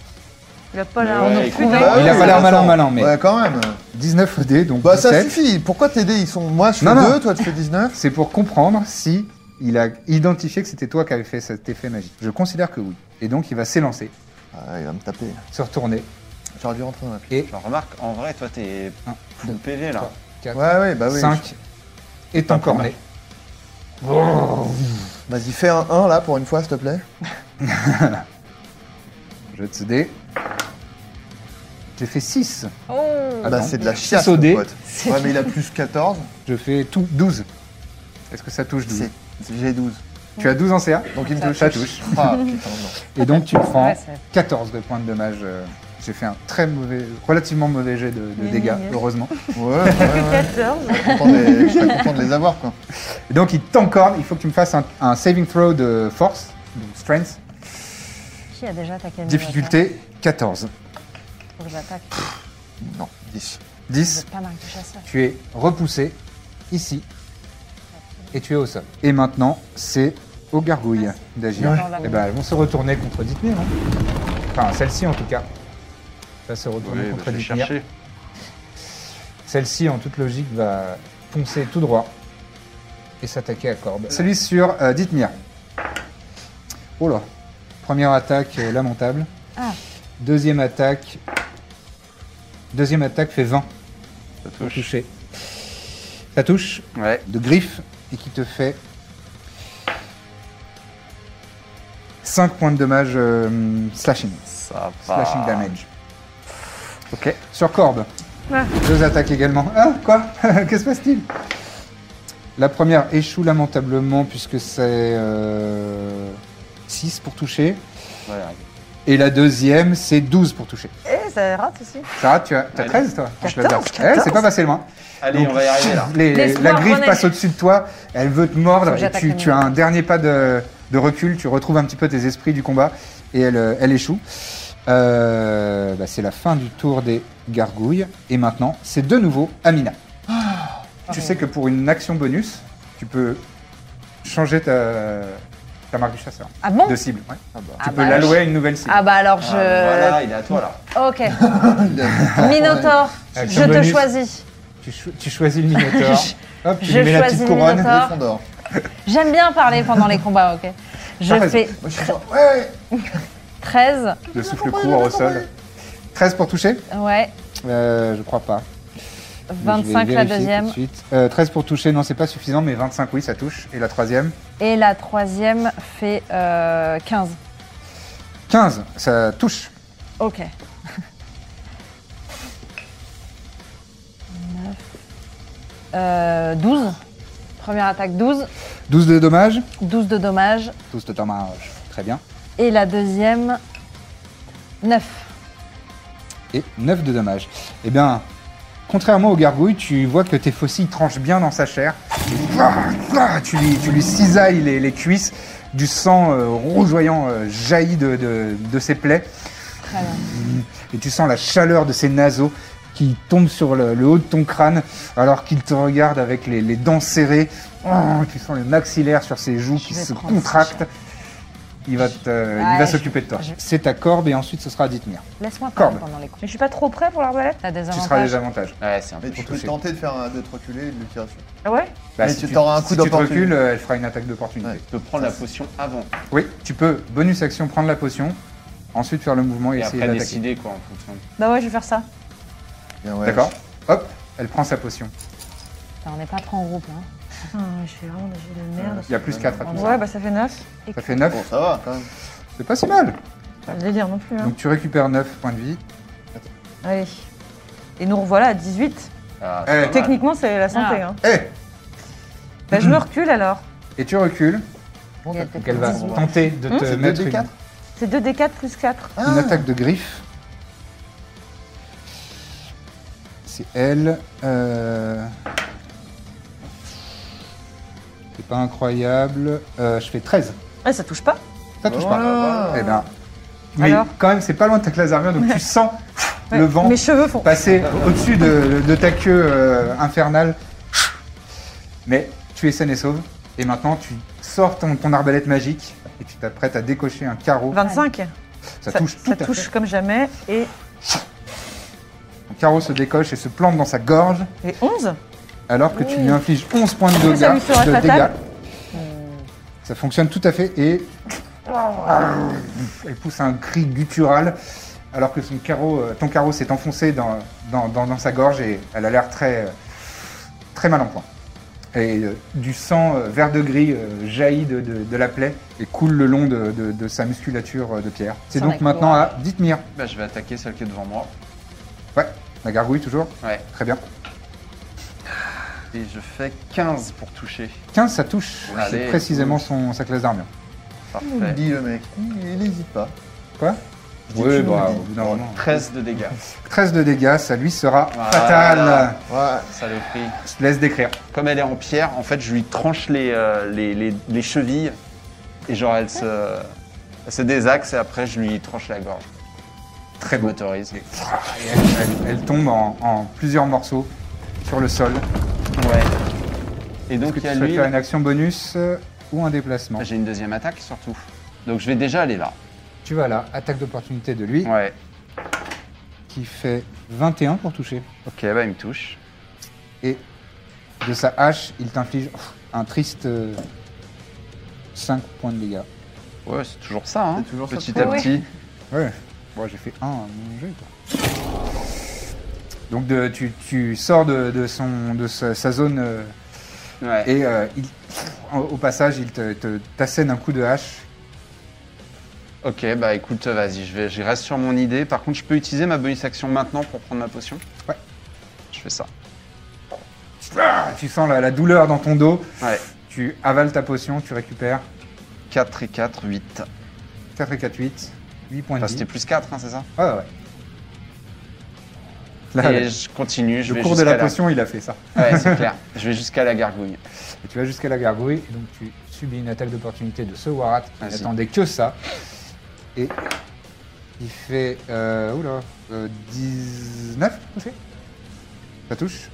D: Il a pas l'air
E: Ouais,
D: on
E: écoute,
D: trouvé.
C: bah,
B: Il a
C: oui,
B: pas l'air malin,
C: attends.
B: malin, mais
C: Ouais, quand même.
B: 19 ED, donc
C: Bah, ça
B: 17.
C: suffit. Pourquoi tes dés, ils sont. Moi, je fais
B: Non, non.
C: 2, toi, tu fais 19.
B: C'est pour comprendre si il a identifié que c'était toi qui avais fait cet effet magique. Je considère que oui. Et donc, il va s'élancer,
C: Ah, il va me taper.
B: se retourner.
C: J'aurais dû rentrer dans la pièce.
E: Genre, remarque, en vrai, toi, t'es
B: Un,
E: full PV là.
C: Ouais, ouais, bah oui.
B: 5 et t'encorner.
C: Vas-y, fais un 1 là pour une fois, s'il te plaît.
B: Je te dé. J'ai fait 6.
F: Oh.
B: Ah
C: bah,
B: non.
C: c'est de la chiasse,
B: Six au dé.
C: mon pote. Ouais, mais il a plus 14.
B: Je fais tout 12. Est-ce que ça touche 12
C: C'est J'ai 12.
B: Tu as 12 en CA
C: Donc, il me touche.
B: Ça touche.
C: Ah, putain, non.
B: Et donc tu prends
F: Ouais, c'est-
B: 14 de points de dommage. euh, J'ai fait un très mauvais, relativement mauvais jet de, de
D: Mais
B: dégâts,
D: oui.
B: heureusement.
C: Ouais, ouais, ouais.
D: 14.
C: Je suis content de- je suis content de les avoir, quoi.
B: Et donc il t'encorne, il faut que tu me fasses un, un saving throw de force, donc strength.
F: Qui a déjà attaqué mes
B: Difficulté 14.
F: attaques Faut que j'attaque.
C: Non, 10.
F: Vous
B: 10,
F: êtes pas mal touché à ça.
B: tu es repoussé ici et tu es au sol. Et maintenant, c'est aux gargouilles d'agir.
F: Ouais.
B: Et ben, elles vont se retourner contre Dithmir. hein. Enfin, celle-ci en tout cas. Va se retourner
E: Ouais, bah,
B: contre
E: je vais
B: Dithmir.
E: chercher.
B: Celle-ci, en toute logique, va foncer tout droit et s'attaquer à corde. Celui sur euh, Dithmir. Oh là Première attaque euh, lamentable.
F: Ah.
B: Deuxième attaque. Deuxième attaque fait 20
E: Ça
B: pour
E: touche.
B: toucher. Ça touche
E: Ouais.
B: de griffe et qui te fait 5 points de dommage euh, slashing.
E: Ça va.
B: Slashing damage.
E: Ok.
B: Sur corde.
D: Ah.
B: Deux attaques également. Ah, quoi Que se passe-t-il La première échoue lamentablement puisque c'est 6 pour toucher.
E: Voilà.
B: Et la deuxième, c'est 12 pour toucher.
D: Eh, ça rate aussi.
B: Sarah, tu as, t'as
E: Allez.
B: 13 toi Je
D: 14,
B: l'adore. Eh, c'est pas passé loin.
E: Allez,
B: Donc,
E: on va y arriver là.
B: les- la
F: Laisse-moi
B: griffe
F: renaître.
B: passe au-dessus de toi, elle veut te
F: Faut
B: mordre
F: que
B: et
F: j'attaque
B: tu,
F: le
B: tu as
F: mur.
B: un dernier pas de, de recul, tu retrouves un petit peu tes esprits du combat et elle, euh, elle échoue. Euh, bah, c'est la fin du tour des gargouilles et maintenant c'est de nouveau Amina.
F: Ah,
B: Tu sais que pour une action bonus, tu peux changer ta, ta marque du chasseur
F: Ah bon
B: de cible. ouais.
F: Ah
B: Tu peux
F: bah,
B: l'allouer à une nouvelle cible.
F: Ah bah alors
E: Ah,
F: je.
B: Euh,
E: Voilà, il est à toi là.
F: Ok. Minotaur,
B: Action
F: je te
B: bonus.
F: choisis.
B: Tu, cho- tu choisis le Minotaur. Hop, tu
F: bah. Je
B: lui mets la
F: choisis
B: petite
F: le
B: couronne.
F: Minotaur.
C: Le fond d'or.
F: J'aime bien parler pendant les combats, ok Je
B: T'as raison.
F: fais
C: Moi, je suis genre, ouais,
F: 13.
B: Le souffle court au sol. 13 pour toucher
F: Ouais,
B: euh, Je crois pas. Mais je vais
F: 25 la
B: vérifier tout de
F: deuxième.
B: suite. Euh, 13 pour toucher, non, c'est pas suffisant, mais 25, oui, ça touche. Et la troisième
F: Et la troisième fait euh, 15.
B: 15, ça touche.
F: Ok. 9. Euh, 12. Première attaque 12.
B: 12 de dommages.
F: 12 de dommage.
B: 12 de dommages, très bien.
F: Et la deuxième, 9.
B: et 9 de dommages. Eh bien, contrairement aux gargouilles, tu vois que tes faucilles tranchent bien dans sa chair. Tu lui, tu lui cisailles les, les cuisses, du sang euh, rougeoyant euh, jaillit de, de- de ses plaies,
F: Très bien.
B: et tu sens la chaleur de ses naseaux qui tombe sur le, le haut de ton crâne, alors qu'il te regarde avec les, les dents serrées. Oh, tu sens le maxillaire sur ses joues qui
F: vais
B: se
F: prendre ça.
B: contractent. Il va te- il
F: Ouais,
B: va
F: je-
B: s'occuper de toi.
F: je-
B: C'est ta corbe, et ensuite ce sera à Dithmir.
F: Laisse-moi
B: Corde.
F: parler pendant les coups.
D: Mais je suis pas trop près pour l'arbalète
F: T'as des
B: Tu seras
F: avantages.
B: les avantages.
E: Ouais, c'est un peu
C: Mais tu
B: Pour
C: peux
B: toucher.
C: tenter de faire un d'être reculé et de lui tirer dessus.
D: Ah ouais
C: Mais tu t'auras un coup
B: Bah, si tu te
C: d'opportunité.
B: recules, euh, elle fera une attaque d'opportunité.
C: Ouais.
E: Tu peux prendre la potion avant
B: Oui, tu peux, bonus action, prendre la potion, ensuite faire le mouvement et,
E: et
B: essayer
E: après
B: d'attaquer.
E: décider quoi en fonction. de-
D: Bah ouais, je vais faire ça.
C: Bien, ouais.
B: D'accord Hop, elle prend sa potion.
F: Putain, On n'est pas trop en groupe. Hein.
D: je fais vraiment des jeux de merde.
B: Il Euh, y a plus 4 à tout ça.
D: Ouais, bah ça fait 9.
B: Ça fait 9,
C: Bon, ça va quand même.
B: c'est pas si mal.
D: Pas le délire non plus. Hein.
B: Donc tu récupères 9 points de vie.
D: Allez. Et nous revoilà à 18.
E: Ah,
B: Eh,
E: c'est pas mal.
D: Techniquement, c'est la santé. Hein.
B: Eh
D: Bah je me recule alors.
B: Et tu recules. Hum.
C: Bon,
F: Il y a
C: t'as-
F: des
B: Donc elle va
F: 18.
B: tenter de te
C: C'est
B: mettre
C: 2
B: une,
C: D4
D: C'est 2d4 plus 4.
C: Ah.
B: une attaque de griffe. C'est elle. euh, C'est pas incroyable. Euh, je fais 13.
D: Ah, ça touche pas
B: Ça touche pas.
C: Voilà.
B: Eh ben. Mais
D: Alors
B: quand même, c'est pas loin de ta classe d'armure, donc tu sens
D: Ouais,
B: le vent
D: Mes cheveux font.
B: passer au-dessus de, de ta queue euh, infernale. Mais tu es saine et sauve. Et maintenant, tu sors ton, ton arbalète magique et tu t'apprêtes à décocher un carreau.
D: 25.
B: Ça, touche tout à
D: touche
B: fait.
D: comme jamais. Et,
B: Un carreau se décoche et se plante dans sa gorge
D: et 11
B: alors que tu lui infliges 11 points de
D: Ça lui
B: dégâts.
D: fera
B: de
D: fatal.
B: dégâts. Ça fonctionne tout à fait et... Elle pousse un cri guttural alors que son carreau, euh, ton carreau s'est enfoncé dans, dans, dans- dans sa gorge et elle a l'air très, euh, très mal en point. Et euh, du sang euh, vert de gris euh, jaillit de, de- de la plaie et coule le long de, de- de sa musculature euh, de pierre. C'est
F: Sans
B: donc
F: la
B: maintenant à Dithmir.
E: Bah, je vais attaquer celle qui est devant moi.
B: Ouais, la gargouille toujours
E: Ouais.
B: Très bien.
E: Et je fais 15 pour toucher.
B: 15, ça touche.
E: Allez,
B: C'est précisément son, sa classe d'armure.
C: Il me
E: Parfait.
C: dit le mec. Il il hésite pas.
B: Quoi
C: dis que tu me le dis.
B: au bout d'un moment.
E: 13 de dégâts.
B: 13 euh, de dégâts, ça lui sera
E: Voilà.
B: fatal.
C: Ouais.
E: Saloperie.
B: Je te laisse décrire.
E: Comme elle est en pierre, en fait, je lui tranche les, euh, les, les- les chevilles. Et genre, elle se, elle se désaxe et après, je lui tranche la gorge.
B: Très
E: Je
B: beau.
E: m'autorise. Ouais.
B: Et Elle, elle- elle tombe en, en plusieurs morceaux sur le sol.
E: Et donc,
B: Est-ce que
E: il
B: tu
E: y a
B: souhaites
E: lui. Bah,
B: faire une action bonus euh, ou un déplacement
E: J'ai une deuxième attaque, surtout. Donc, je vais déjà aller là.
B: Tu vas là, attaque d'opportunité de lui,
E: Ouais.
B: qui fait 21 pour toucher.
E: Ok, bah, il me touche.
B: Et de sa hache, il t'inflige un triste 5 points de dégâts.
E: Ouais, c'est toujours ça, hein.
C: C'est toujours ça.
E: petit à
C: Ouais, ouais.
E: petit.
B: Ouais. Bon, j'ai fait un à mon jeu, quoi. Donc de- tu, tu sors de, de son, de sa, sa zone euh,
E: Ouais.
B: et euh, il- au- au passage, il te- te- t'assène un coup de hache
E: Ok, bah écoute, vas-y, je, vais- je reste sur mon idée. Par contre, je peux utiliser ma bonus action maintenant pour prendre ma potion
B: Ouais.
E: Je fais ça.
B: Ah, Tu sens la, la douleur dans ton dos.
E: Ouais.
B: Tu avales ta potion, tu récupères
E: 4 et 4, 8.
B: 4 et 4, 8. 8 points de
E: Enfin, c'était
B: vie. Ah
E: plus 4, hein, c'est ça
B: Ouais, ouais. Là,
E: Et
B: le-
E: je continue, je
B: Ah le
E: vais
B: cours de la
E: jusqu'à
B: potion, il a fait ça.
E: Ouais, c'est clair. Je vais jusqu'à la gargouille.
B: Et tu vas jusqu'à la gargouille, et donc tu subis une attaque d'opportunité de ce Warat. qui
E: Vas-y.
B: n'attendait que ça. Et il fait. Euh, oula euh, 19 pour toucher Ça touche.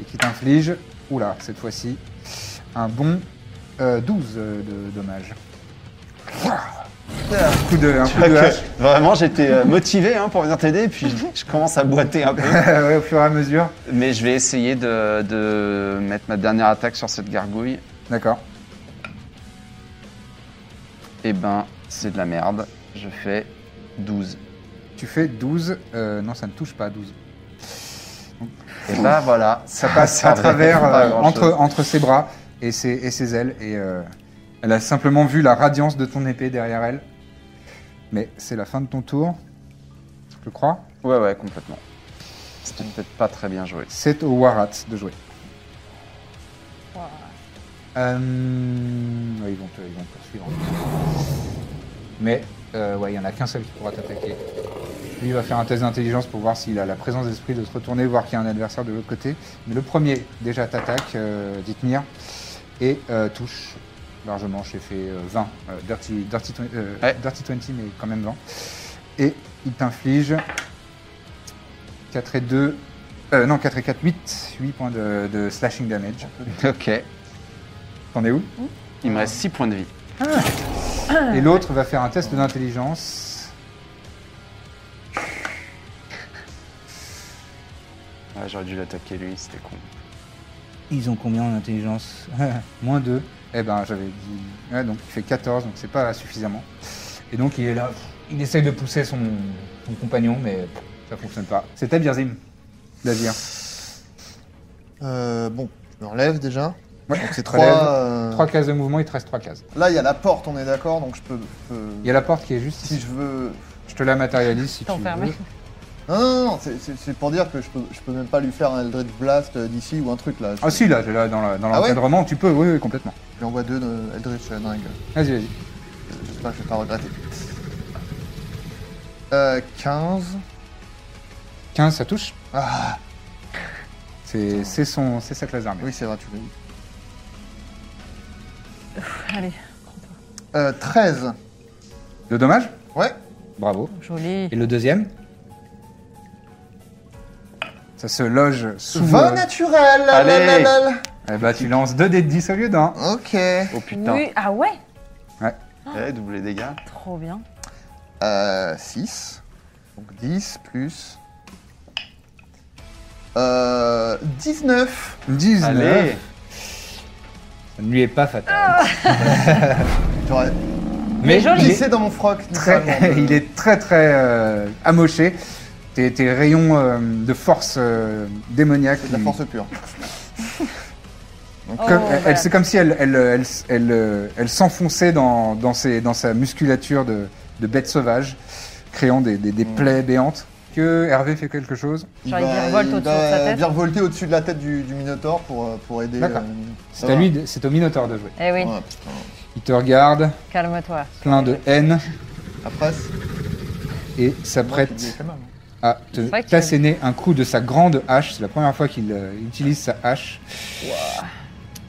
B: Et qui t'inflige, oula, cette fois-ci, un bon euh, 12 de dommages. Un coup de, un coup de
E: Ok,
B: hache.
E: Vraiment, j'étais euh, motivé hein, pour venir t'aider, et puis je commence à boiter un peu.
B: Ouais, au fur et à mesure.
E: Mais je vais essayer de, de mettre ma dernière attaque sur cette gargouille.
B: D'accord.
E: Eh Et ben, c'est de la merde. Je fais 12.
B: Tu fais 12. euh, non, ça ne touche pas 12.
E: Et bah voilà,
B: Ça passe à travers,
E: pas
B: euh,
E: grand-chose.
B: entre, entre ses bras et ses, et ses ailes. Et euh, elle a simplement vu la radiance de ton épée derrière elle. Mais c'est la fin de ton tour, je crois.
E: Ouais, ouais, complètement. C'était peut-être pas très bien joué.
B: C'est au Warat de jouer. Euh, ouais, ils, vont te, ils vont te poursuivre. Mais euh, ouais, il n'y en a qu'un seul qui pourra t'attaquer. Lui il va faire un test d'intelligence pour voir s'il a la présence d'esprit de se retourner, voir qu'il y a un adversaire de l'autre côté. Mais le premier déjà t'attaque, euh, Dithmir, et euh, touche largement. J'ai fait euh, 20, euh, dirty, dirty, twen- euh,
E: Ouais.
B: dirty 20, mais quand même 20. Et il t'inflige 4 et 2, euh, non 4 et 4, 8, 8 points de, de slashing damage.
E: Ok.
B: T'en es où
E: Il me reste 6 points de vie.
B: Et l'autre va faire un test d'intelligence.
E: Ouais, J'aurais dû l'attaquer lui, c'était con.
B: Ils ont combien en intelligence Moins 2. Eh ben, j'avais dit. Ouais, donc il fait 14, donc c'est pas suffisamment. Et donc il est là. Il essaye de pousser son, son compagnon, mais ça fonctionne pas. C'était Birzim. hein. Davir.
C: Euh, bon, je me relève déjà.
B: Ouais,
C: Donc c'est
B: tu te relèves.
C: 3.
B: Trois euh, cases de mouvement, il te reste trois cases.
C: Là, il y a la porte, on est d'accord, donc je peux. peux-
B: Il y a la porte qui est juste
C: Si
B: ici.
C: je veux.
B: Je te la matérialise si tu
F: T'enfermer.
B: veux.
C: Non, non, non, non, c'est- c'est c'est pour dire que je peux, je peux même pas lui faire un Eldritch Blast euh, d'ici ou un truc là. Je,
B: Ah si, là, t'es là dans la- dans
C: Ah ouais
B: l'encadrement, tu peux, oui, oui, complètement.
C: je lui envoie deux de Eldritch euh, dans la gueule.
B: Vas-y, vas-y.
C: J'espère que je vais pas regretter. Euh, 15.
B: 15, ça touche.
C: Ah,
B: C'est c'est son, c'est sa classe d'armée.
C: oui, c'est vrai, tu l'as dit.
F: Allez,
C: Euh, 13.
B: Le dommage
C: Ouais.
B: Bravo.
F: joli.
G: Et le deuxième
B: Ça se loge sous...
C: 20
B: euh,
C: naturel. la, la,
E: Allez.
C: la, la, la.
B: Eh bah tu lances 2 dés de 10 au lieu d'un.
C: Ok.
E: Oh putain.
F: Oui, ah ouais
E: Eh, double les dégâts.
F: Trop bien.
C: Euh, 6. Donc 10 plus. Euh, 19.
B: 19.
E: Allez
G: Ça ne lui est pas fatal.
C: J'aurais
F: Mais joli.
C: glissé dans mon froc.
B: Très-
C: littéralement.
B: il est très très euh, amoché. Tes, tes rayons euh, de force euh, démoniaque.
C: C'est de la
B: lui-
C: force pure.
B: comme-
F: Oh,
B: elle-
F: voilà.
B: C'est comme si elle, elle, elle, elle, euh, elle s'enfonçait dans, dans, ses- dans sa musculature de, de bête sauvage, créant des, des- des
C: Mm.
B: plaies béantes. Que Hervé fait quelque chose.
C: Il
F: Genre, il
C: va-
F: virevolte
C: il
F: au-dessus
C: va
F: de sa tête.
C: virevolter au-dessus de la tête du, du Minotaur pour, euh, pour aider.
B: D'accord.
C: euh, ça
B: C'est à
C: va.
B: lui, de- c'est au Minotaure de jouer.
F: Eh oui,
C: Ouais, putain.
B: Il te regarde,
F: calme-toi.
B: plein de haine,
C: Après, c'est
B: et
C: moi qui dis
B: s'apprête
C: quand même.
B: à
F: vrai
B: te
F: qu'il-
B: t'asséner un coup de sa grande hache. C'est la première fois qu'il euh, utilise sa hache.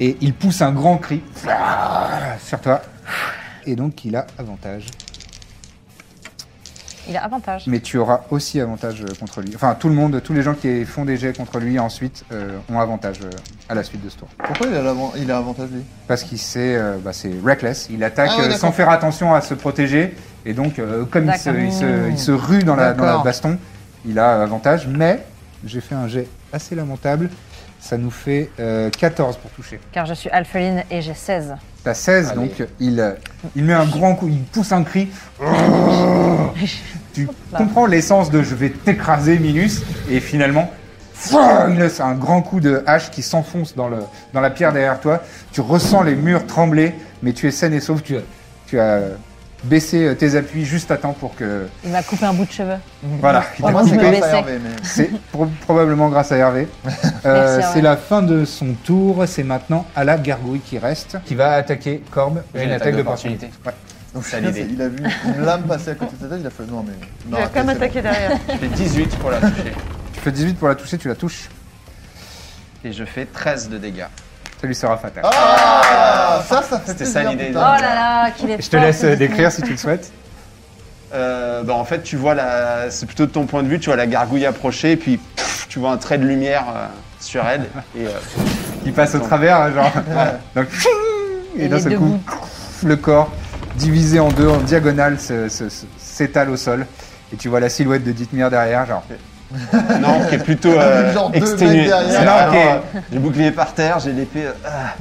B: Et il pousse un grand cri sur toi. Et donc il a avantage.
F: Il a avantage.
B: Mais tu auras aussi avantage euh, contre lui. Enfin, tout le monde, tous les gens qui font des jets contre lui ensuite euh, ont avantage euh, à la suite de ce tour.
C: Pourquoi il a, l'avan- il a avantage lui
B: Parce qu'il sait, euh, bah, c'est reckless. Il attaque
C: Ah ouais,
B: euh,
C: d'accord.
B: sans faire attention à se protéger. Et donc, euh, comme il se,
F: D'accord.
B: il se- il se rue dans la, dans la
C: D'accord.
B: baston, il a avantage. Mais j'ai fait un jet assez lamentable. Ça nous fait euh, 14 pour toucher.
F: Car je suis alpheline et j'ai 16.
B: T'as 16,
G: Allez.
B: donc il, euh, il met un grand coup, il pousse un cri. tu comprends l'essence de je vais t'écraser, Minus, et finalement, il laisse un grand coup de hache qui s'enfonce dans, le- dans la pierre derrière toi. Tu ressens les murs trembler, mais tu es saine et sauve. Tu, as- tu as euh, baissé tes appuis juste à temps pour que.
F: Il m'a coupé un bout de cheveux.
B: Voilà, il t'a
C: Moi,
F: c'est
C: c'est
B: coupé.
F: pas-
C: grâce
F: baissé.
C: à Hervé, mais.
B: C'est pro- probablement grâce à Hervé. Euh,
F: Merci, Hervé.
B: c'est la fin de son tour. C'est maintenant à la gargouille qui reste, qui va attaquer Corbe.
E: J'ai une attaque d'opportunité.
C: Donc,
E: Sale
C: putain, c'est-
E: idée.
C: il a vu une lame passer à côté de sa tête, il a fait non mais.
D: Il
C: non,
D: va
C: arrêtez,
D: quand même
C: c'est bon.
D: attaquer derrière.
E: Je fais 18 pour la toucher.
B: Tu fais 18 pour la toucher, tu la touches.
E: Et je fais 13 de dégâts.
B: Ça lui sera fatal.
C: Ah, ça, ça fait
E: C'était
C: plaisir,
E: ça l'idée.
F: Oh
C: putain.
F: là là, qu'il est
B: Ah. Je te
F: fort,
B: laisse
F: ce
B: euh,
F: Disney.
B: décrire si tu le souhaites.
E: Euh, bah, en fait, tu vois, la... c'est plutôt de ton point de vue, tu vois la gargouille approcher, et puis pff, tu vois un trait de lumière euh, sur elle. Et, euh,
B: Il passe au travers, hein, genre. Donc, et
F: Il
B: d'un
F: est
B: seul coup,
F: debout.
B: le corps, divisé en deux, en diagonale, se- se- se- s'étale au sol. Et tu vois la silhouette de Dithmir derrière, genre.
E: non, qui est plutôt euh,
C: Genre deux mecs
E: exténuée.
C: derrière.
E: C'est hein.
B: Non,
E: vraiment,
B: ok.
E: euh, j'ai le bouclier par terre, j'ai l'épée. euh, ah.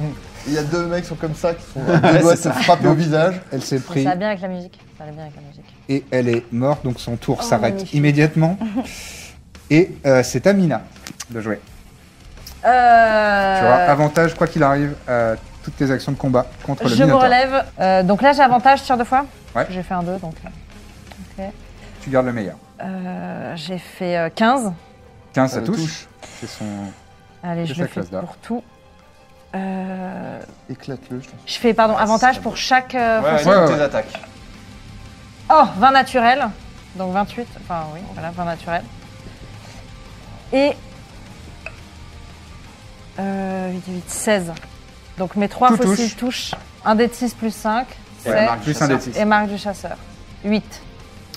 C: Il y a deux mecs qui sont comme ça, qui sont à deux doigts de se frapper au visage.
B: Elle s'est
F: Ça
B: prise
F: va bien avec la musique. Ça va bien avec la musique.
B: et elle est morte, donc son tour
F: Oh,
B: s'arrête
F: magnifique.
B: immédiatement. Et euh, c'est Amina. Bien joué.
F: Euh,
B: Tu auras avantage, quoi qu'il arrive, à toutes tes actions de combat contre le
F: je me
B: Minotaur.
F: relève. Euh, donc là, j'ai avantage sur deux fois.
B: Ouais.
F: J'ai fait un 2, donc
B: Tu gardes le meilleur.
F: euh, j'ai fait euh, 15.
B: 15, ça
C: le
B: Euh, touche. C'est son...
F: Allez,
B: C'est
F: je
B: sa
F: le fais
B: classe d'art.
F: pour tout. Euh,
C: Éclate-le, je t'en supplie.
F: je fais, pardon,
E: Ouais,
F: avantage
E: c'est
F: pour chaque euh,
E: Ouais, ouais,
F: facile.
B: ouais,
E: toutes
B: ouais.
E: tes attaques.
F: Oh, 20 naturel. Donc 28. Enfin, oui, voilà, 20 naturel. Et. Euh, 8, 8, 16. Donc mes trois
B: Tout
F: fossiles touchent. Un des 6 plus 5.
E: Et la marque du
B: Plus un des
E: chasseur.
B: 6.
F: Et marque du chasseur. 8.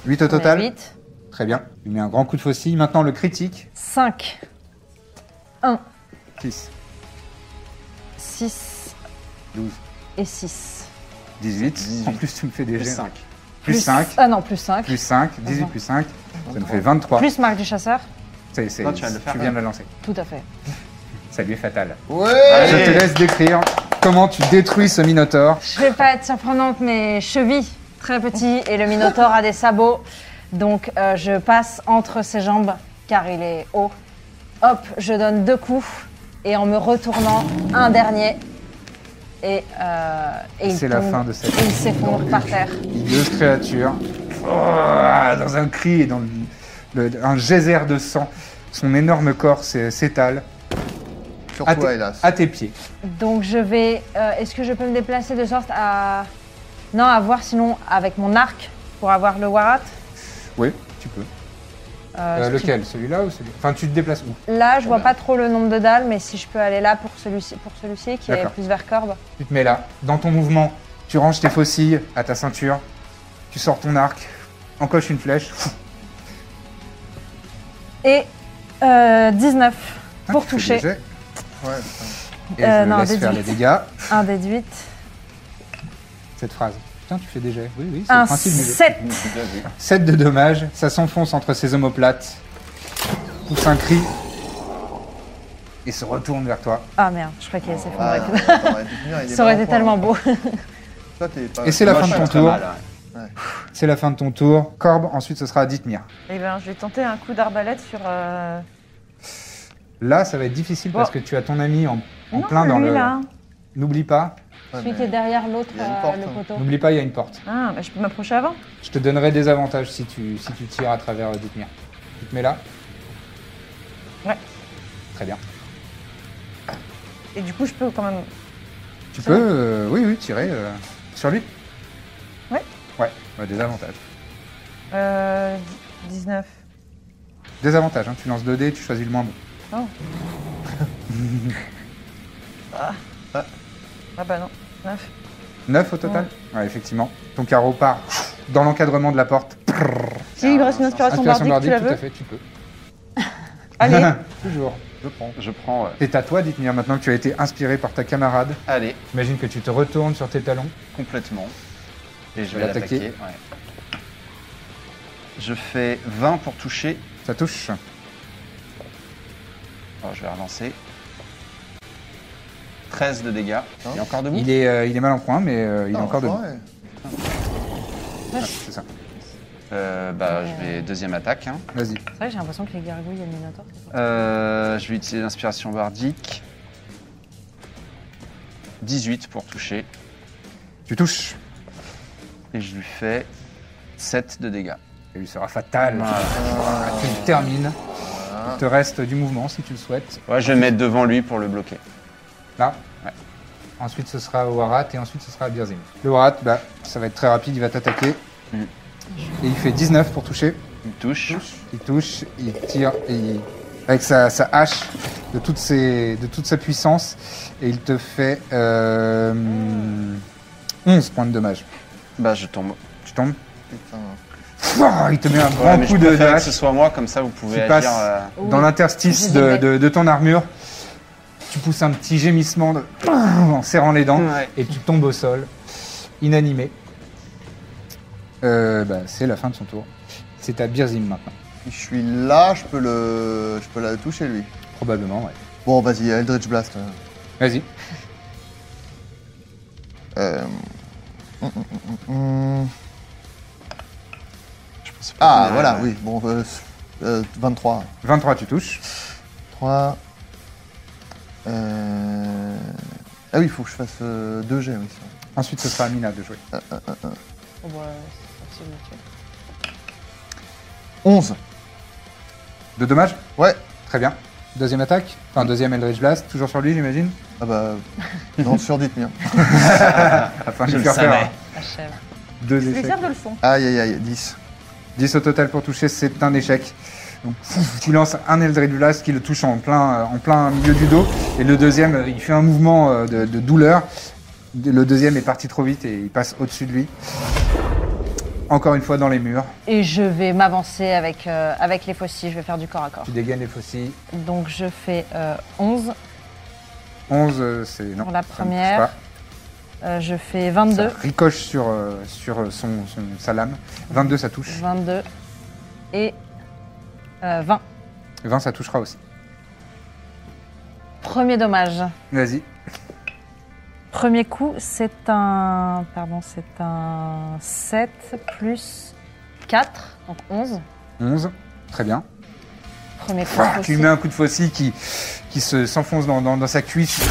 B: 8 au total.
F: 8.
B: Très bien. Il met un grand coup de faucille. Maintenant, le critique.
F: 5.
B: 6,
F: 6
B: 12,
F: et 6.
B: 18.
E: 18.
B: En plus, tu me fais des
E: Plus
B: jets.
E: 5.
B: Plus 5.
F: Ah non, plus 5.
B: Plus 5. 18
F: Vingt.
B: plus 5. Ça nous fait 23.
F: Plus marque du chasseur.
B: C'est- c'est-
E: Non, tu viens de le faire. hein.
B: tu viens de la lancer.
F: Tout à fait.
B: Ça lui est fatal.
C: Ouais
B: Je te
E: Allez.
B: laisse décrire comment tu détruis ce Minotaure.
F: Je vais pas être surprenante, mais cheville, très petit, et le Minotaure a des sabots. Donc euh, je passe entre ses jambes, car il est haut. Hop, je donne deux coups, et en me retournant, un dernier. Et, euh, et il
B: C'est la
F: tombe.
B: fin de cette-
F: Il s'effondre par terre.
B: Deux créatures. Ah, Dans un cri et dans le- le- un geyser de sang. Son énorme corps s'é- s'étale
C: Sur
B: à,
C: toi,
B: tes-
C: hélas.
B: à tes pieds.
F: Donc je vais. euh, Est-ce que je peux me déplacer de sorte à. Non, à voir sinon avec mon arc, pour avoir le Warat
B: Oui, tu peux.
F: Euh,
B: Euh,
F: est-ce que tu-
B: lequel Celui-là ou celui Enfin, tu te déplaces où
F: Là, je vois pas trop le nombre de dalles, mais si je peux aller là pour celui-ci, pour celui-ci qui est
B: D'accord.
F: plus vers Corbe.
B: Tu te mets là. Dans ton mouvement, tu ranges tes faucilles à ta ceinture. Tu sors ton arc. Encoche une flèche.
F: Et euh, 19 pour
C: Ah,
B: Tu fais
F: toucher.
B: des jets.
C: Ouais, putain.
B: Et
F: Euh,
B: je
F: non,
B: laisse
F: des
B: faire les
F: dix.
B: dégâts.
F: Un déduit.
B: Cette phrase. Putain, tu fais des jets. Oui, oui, c'est le
F: Un
B: principe du jeu.
F: 7.
E: Bien vu.
B: 7 de dommages, ça s'enfonce entre ses omoplates, pousse un cri et se retourne vers toi.
F: Ah merde, je croyais qu'il allait
C: Ah,
F: s'effondrer.
C: non, attends, arrête de tenir, il est
F: Ça aurait
C: pas
F: été
C: en
F: tellement
C: point.
F: beau.
C: Toi, t'es pas-
B: Et c'est la
E: Moi,
B: fin
E: je
B: de
E: suis
B: ton
E: très
B: tour.
E: mal, ouais.
B: C'est la fin de ton tour. Corbe, ensuite ce sera à Dithmir.
D: Eh ben, je vais tenter un coup d'arbalète sur. euh,
B: Là, ça va être difficile parce
D: Oh.
B: que tu as ton ami en, en
D: non,
B: plein dans
D: lui,
B: le.
D: là.
B: N'oublie pas,
C: Ouais,
F: Celui
C: mais-
F: qui est derrière l'autre,
C: Il y a une
F: euh,
C: porte,
F: le
C: hein.
F: poteau.
B: n'oublie pas, il y a une porte.
D: Ah, bah, je peux m'approcher avant.
B: Je te donnerai des avantages si tu, si tu tires à travers euh, Dithmir. Tu te mets là
D: Ouais.
B: Très bien.
D: Et du coup, je peux quand même.
B: Tu
D: Ça
B: peux,
D: va
B: euh, oui, oui, tirer euh, sur lui
D: Ouais.
B: Ouais, ouais, des avantages.
D: Euh, 19.
B: Des avantages, hein. tu lances 2 dés, tu choisis le moins bon.
D: Ah, bah non. 9.
B: 9 au total ouais. effectivement. Ton carreau part dans l'encadrement de la porte.
D: Si il me reste une inspiration,
B: Inspiration
D: bardique,
B: bardique,
D: tu la
B: tout à
D: veux
B: fait, tu peux.
D: Allez,
B: Toujours.
E: Je prends. Je prends, ouais.
B: C'est à toi, Dithmir, maintenant que tu as été inspiré par ta camarade.
E: Allez,
B: Imagine que tu te retournes sur tes talons.
E: complètement. Et je
B: vais
E: vais
B: l'attaquer.
E: l'attaquer. ouais. Je fais 20 pour toucher.
B: Ça touche.
E: Alors, Oh, je vais relancer. 13 de dégâts.
C: Hein
E: Il est encore debout
B: Il est, euh, il est mal en point, mais euh, il
C: Ah,
B: est encore debout.
C: enfin, ouais.
B: Ah, c'est ça.
E: Euh, bah, je vais deuxième attaque. hein.
B: Vas-y.
F: C'est vrai que j'ai l'impression que les gargouilles, il y a le Minotaure.
E: Euh, je vais utiliser l'inspiration bardique. 18 pour toucher.
B: Tu touches.
E: Et je lui fais 7 de dégâts.
B: Et il sera fatal. Ah,
E: Voilà.
B: Tu le termines. Il te reste du mouvement si tu le souhaites.
E: Ouais, je vais me mettre devant lui pour le bloquer.
B: Là. Ensuite, ce sera au Warat et ensuite, ce sera à Birzim. Le Warat, bah, ça va être très rapide, il va t'attaquer.
E: Mm.
B: Et il fait 19 pour toucher.
E: Il touche.
B: Il touche, il tire, et il- avec sa, sa hache de, toutes ses- de toute sa puissance, et il te fait euh, 11 points de dommage.
E: Bah, je tombe.
B: Tu tombes,
C: Putain.
B: Pouah, il te met un
E: Ouais,
B: grand
E: mais
B: coup
E: je
B: de, de
E: préfère que
B: hache
E: ce soit moi, comme ça vous pouvez
B: qui
E: agir.
B: passe
E: euh,
B: dans l'interstice de, de- de ton armure. Tu pousses un petit gémissement de- en serrant les dents,
E: Ouais.
B: et tu tombes au sol, inanimé. Euh, bah, C'est la fin de son tour. C'est à Birzim maintenant,
C: Je suis là, je peux le, je peux la toucher lui.
B: probablement. ouais.
C: euh, Bon, vas-y, Eldritch Blast.
B: Vas-y.
C: Euh, hum, hum, hum, hum. Ah, voilà, oui. Bon, euh, euh, 23.
B: 23, tu touches.
C: 3. Euh... Ah oui, il faut que je fasse 2 G, oui. sinon.
B: Ensuite, ce sera à Mina de jouer.
D: Oh, bah, c'est facile, nickel.
C: 11.
B: De dommages
C: Ouais.
B: Très bien. Deuxième attaque Enfin, deuxième Eldritch Blast, toujours sur lui, j'imagine
C: Ah bah. non, sur dites mien.
B: Afin de
E: Je
B: lui
E: le
B: faire
E: savais.
B: faire
F: Achève.
B: deux
D: Les
B: échecs.
D: herbes de le font.
C: Aïe, aïe, aïe, 10.
B: 10 au total pour toucher, c'est un échec. Donc, pff, tu lances un Eldritch Blast qui le touche en plein, euh, en plein milieu du dos. Et le deuxième, euh, il fait un mouvement euh, de, de douleur. Le deuxième est parti trop vite et il passe au-dessus de lui. Encore une fois dans les murs.
F: Et je vais m'avancer avec, euh, avec les faucilles, je vais faire du corps à corps.
B: Tu dégaines les faucilles.
F: Donc je fais euh, 11,
B: 11, euh, c'est. Non.
F: Pour la
B: ça ne touche
F: première,
B: pas.
F: euh, je fais
B: Ça
F: 22,
B: ricoche sur, euh, sur euh, son, son, sa lame. 22, ça touche.
F: 22 et euh, 20.
B: 20, ça touchera aussi.
F: Premier dommage.
B: Vas-y.
F: Premier coup, c'est un. Pardon, c'est un 7 plus 4, donc 11.
B: 11. Très bien.
F: Premier coup.
B: Pouah, tu lui
F: faucille.
B: mets un coup de faucille qui, qui se- s'enfonce dans, dans- dans sa cuisse.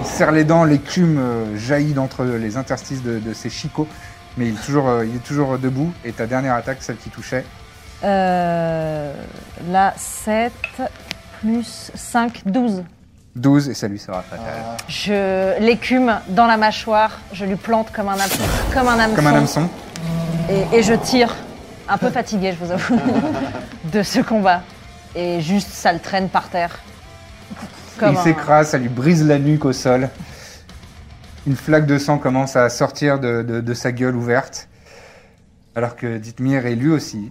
B: Il serre les dents, l'écume euh, jaillit d'entre les interstices de, de ses chicots. Mais il est, toujours, euh, il est toujours debout. Et ta dernière attaque, celle qui touchait,
F: Euh, là, 7 plus 5, 12.
B: 12. Et ça lui sera fatal.
F: Ah. Je l'écume dans la mâchoire, je lui plante comme un, ham- comme un hameçon.
B: Comme un hameçon.
F: Et, et je tire, un peu fatigué, je vous avoue, de ce combat. Et juste, ça le traîne par terre. Comme
B: il
F: un-
B: s'écrase, ça lui brise la nuque au sol. Une flaque de sang commence à sortir de, de- de sa gueule ouverte. Alors que Dithmir est lui aussi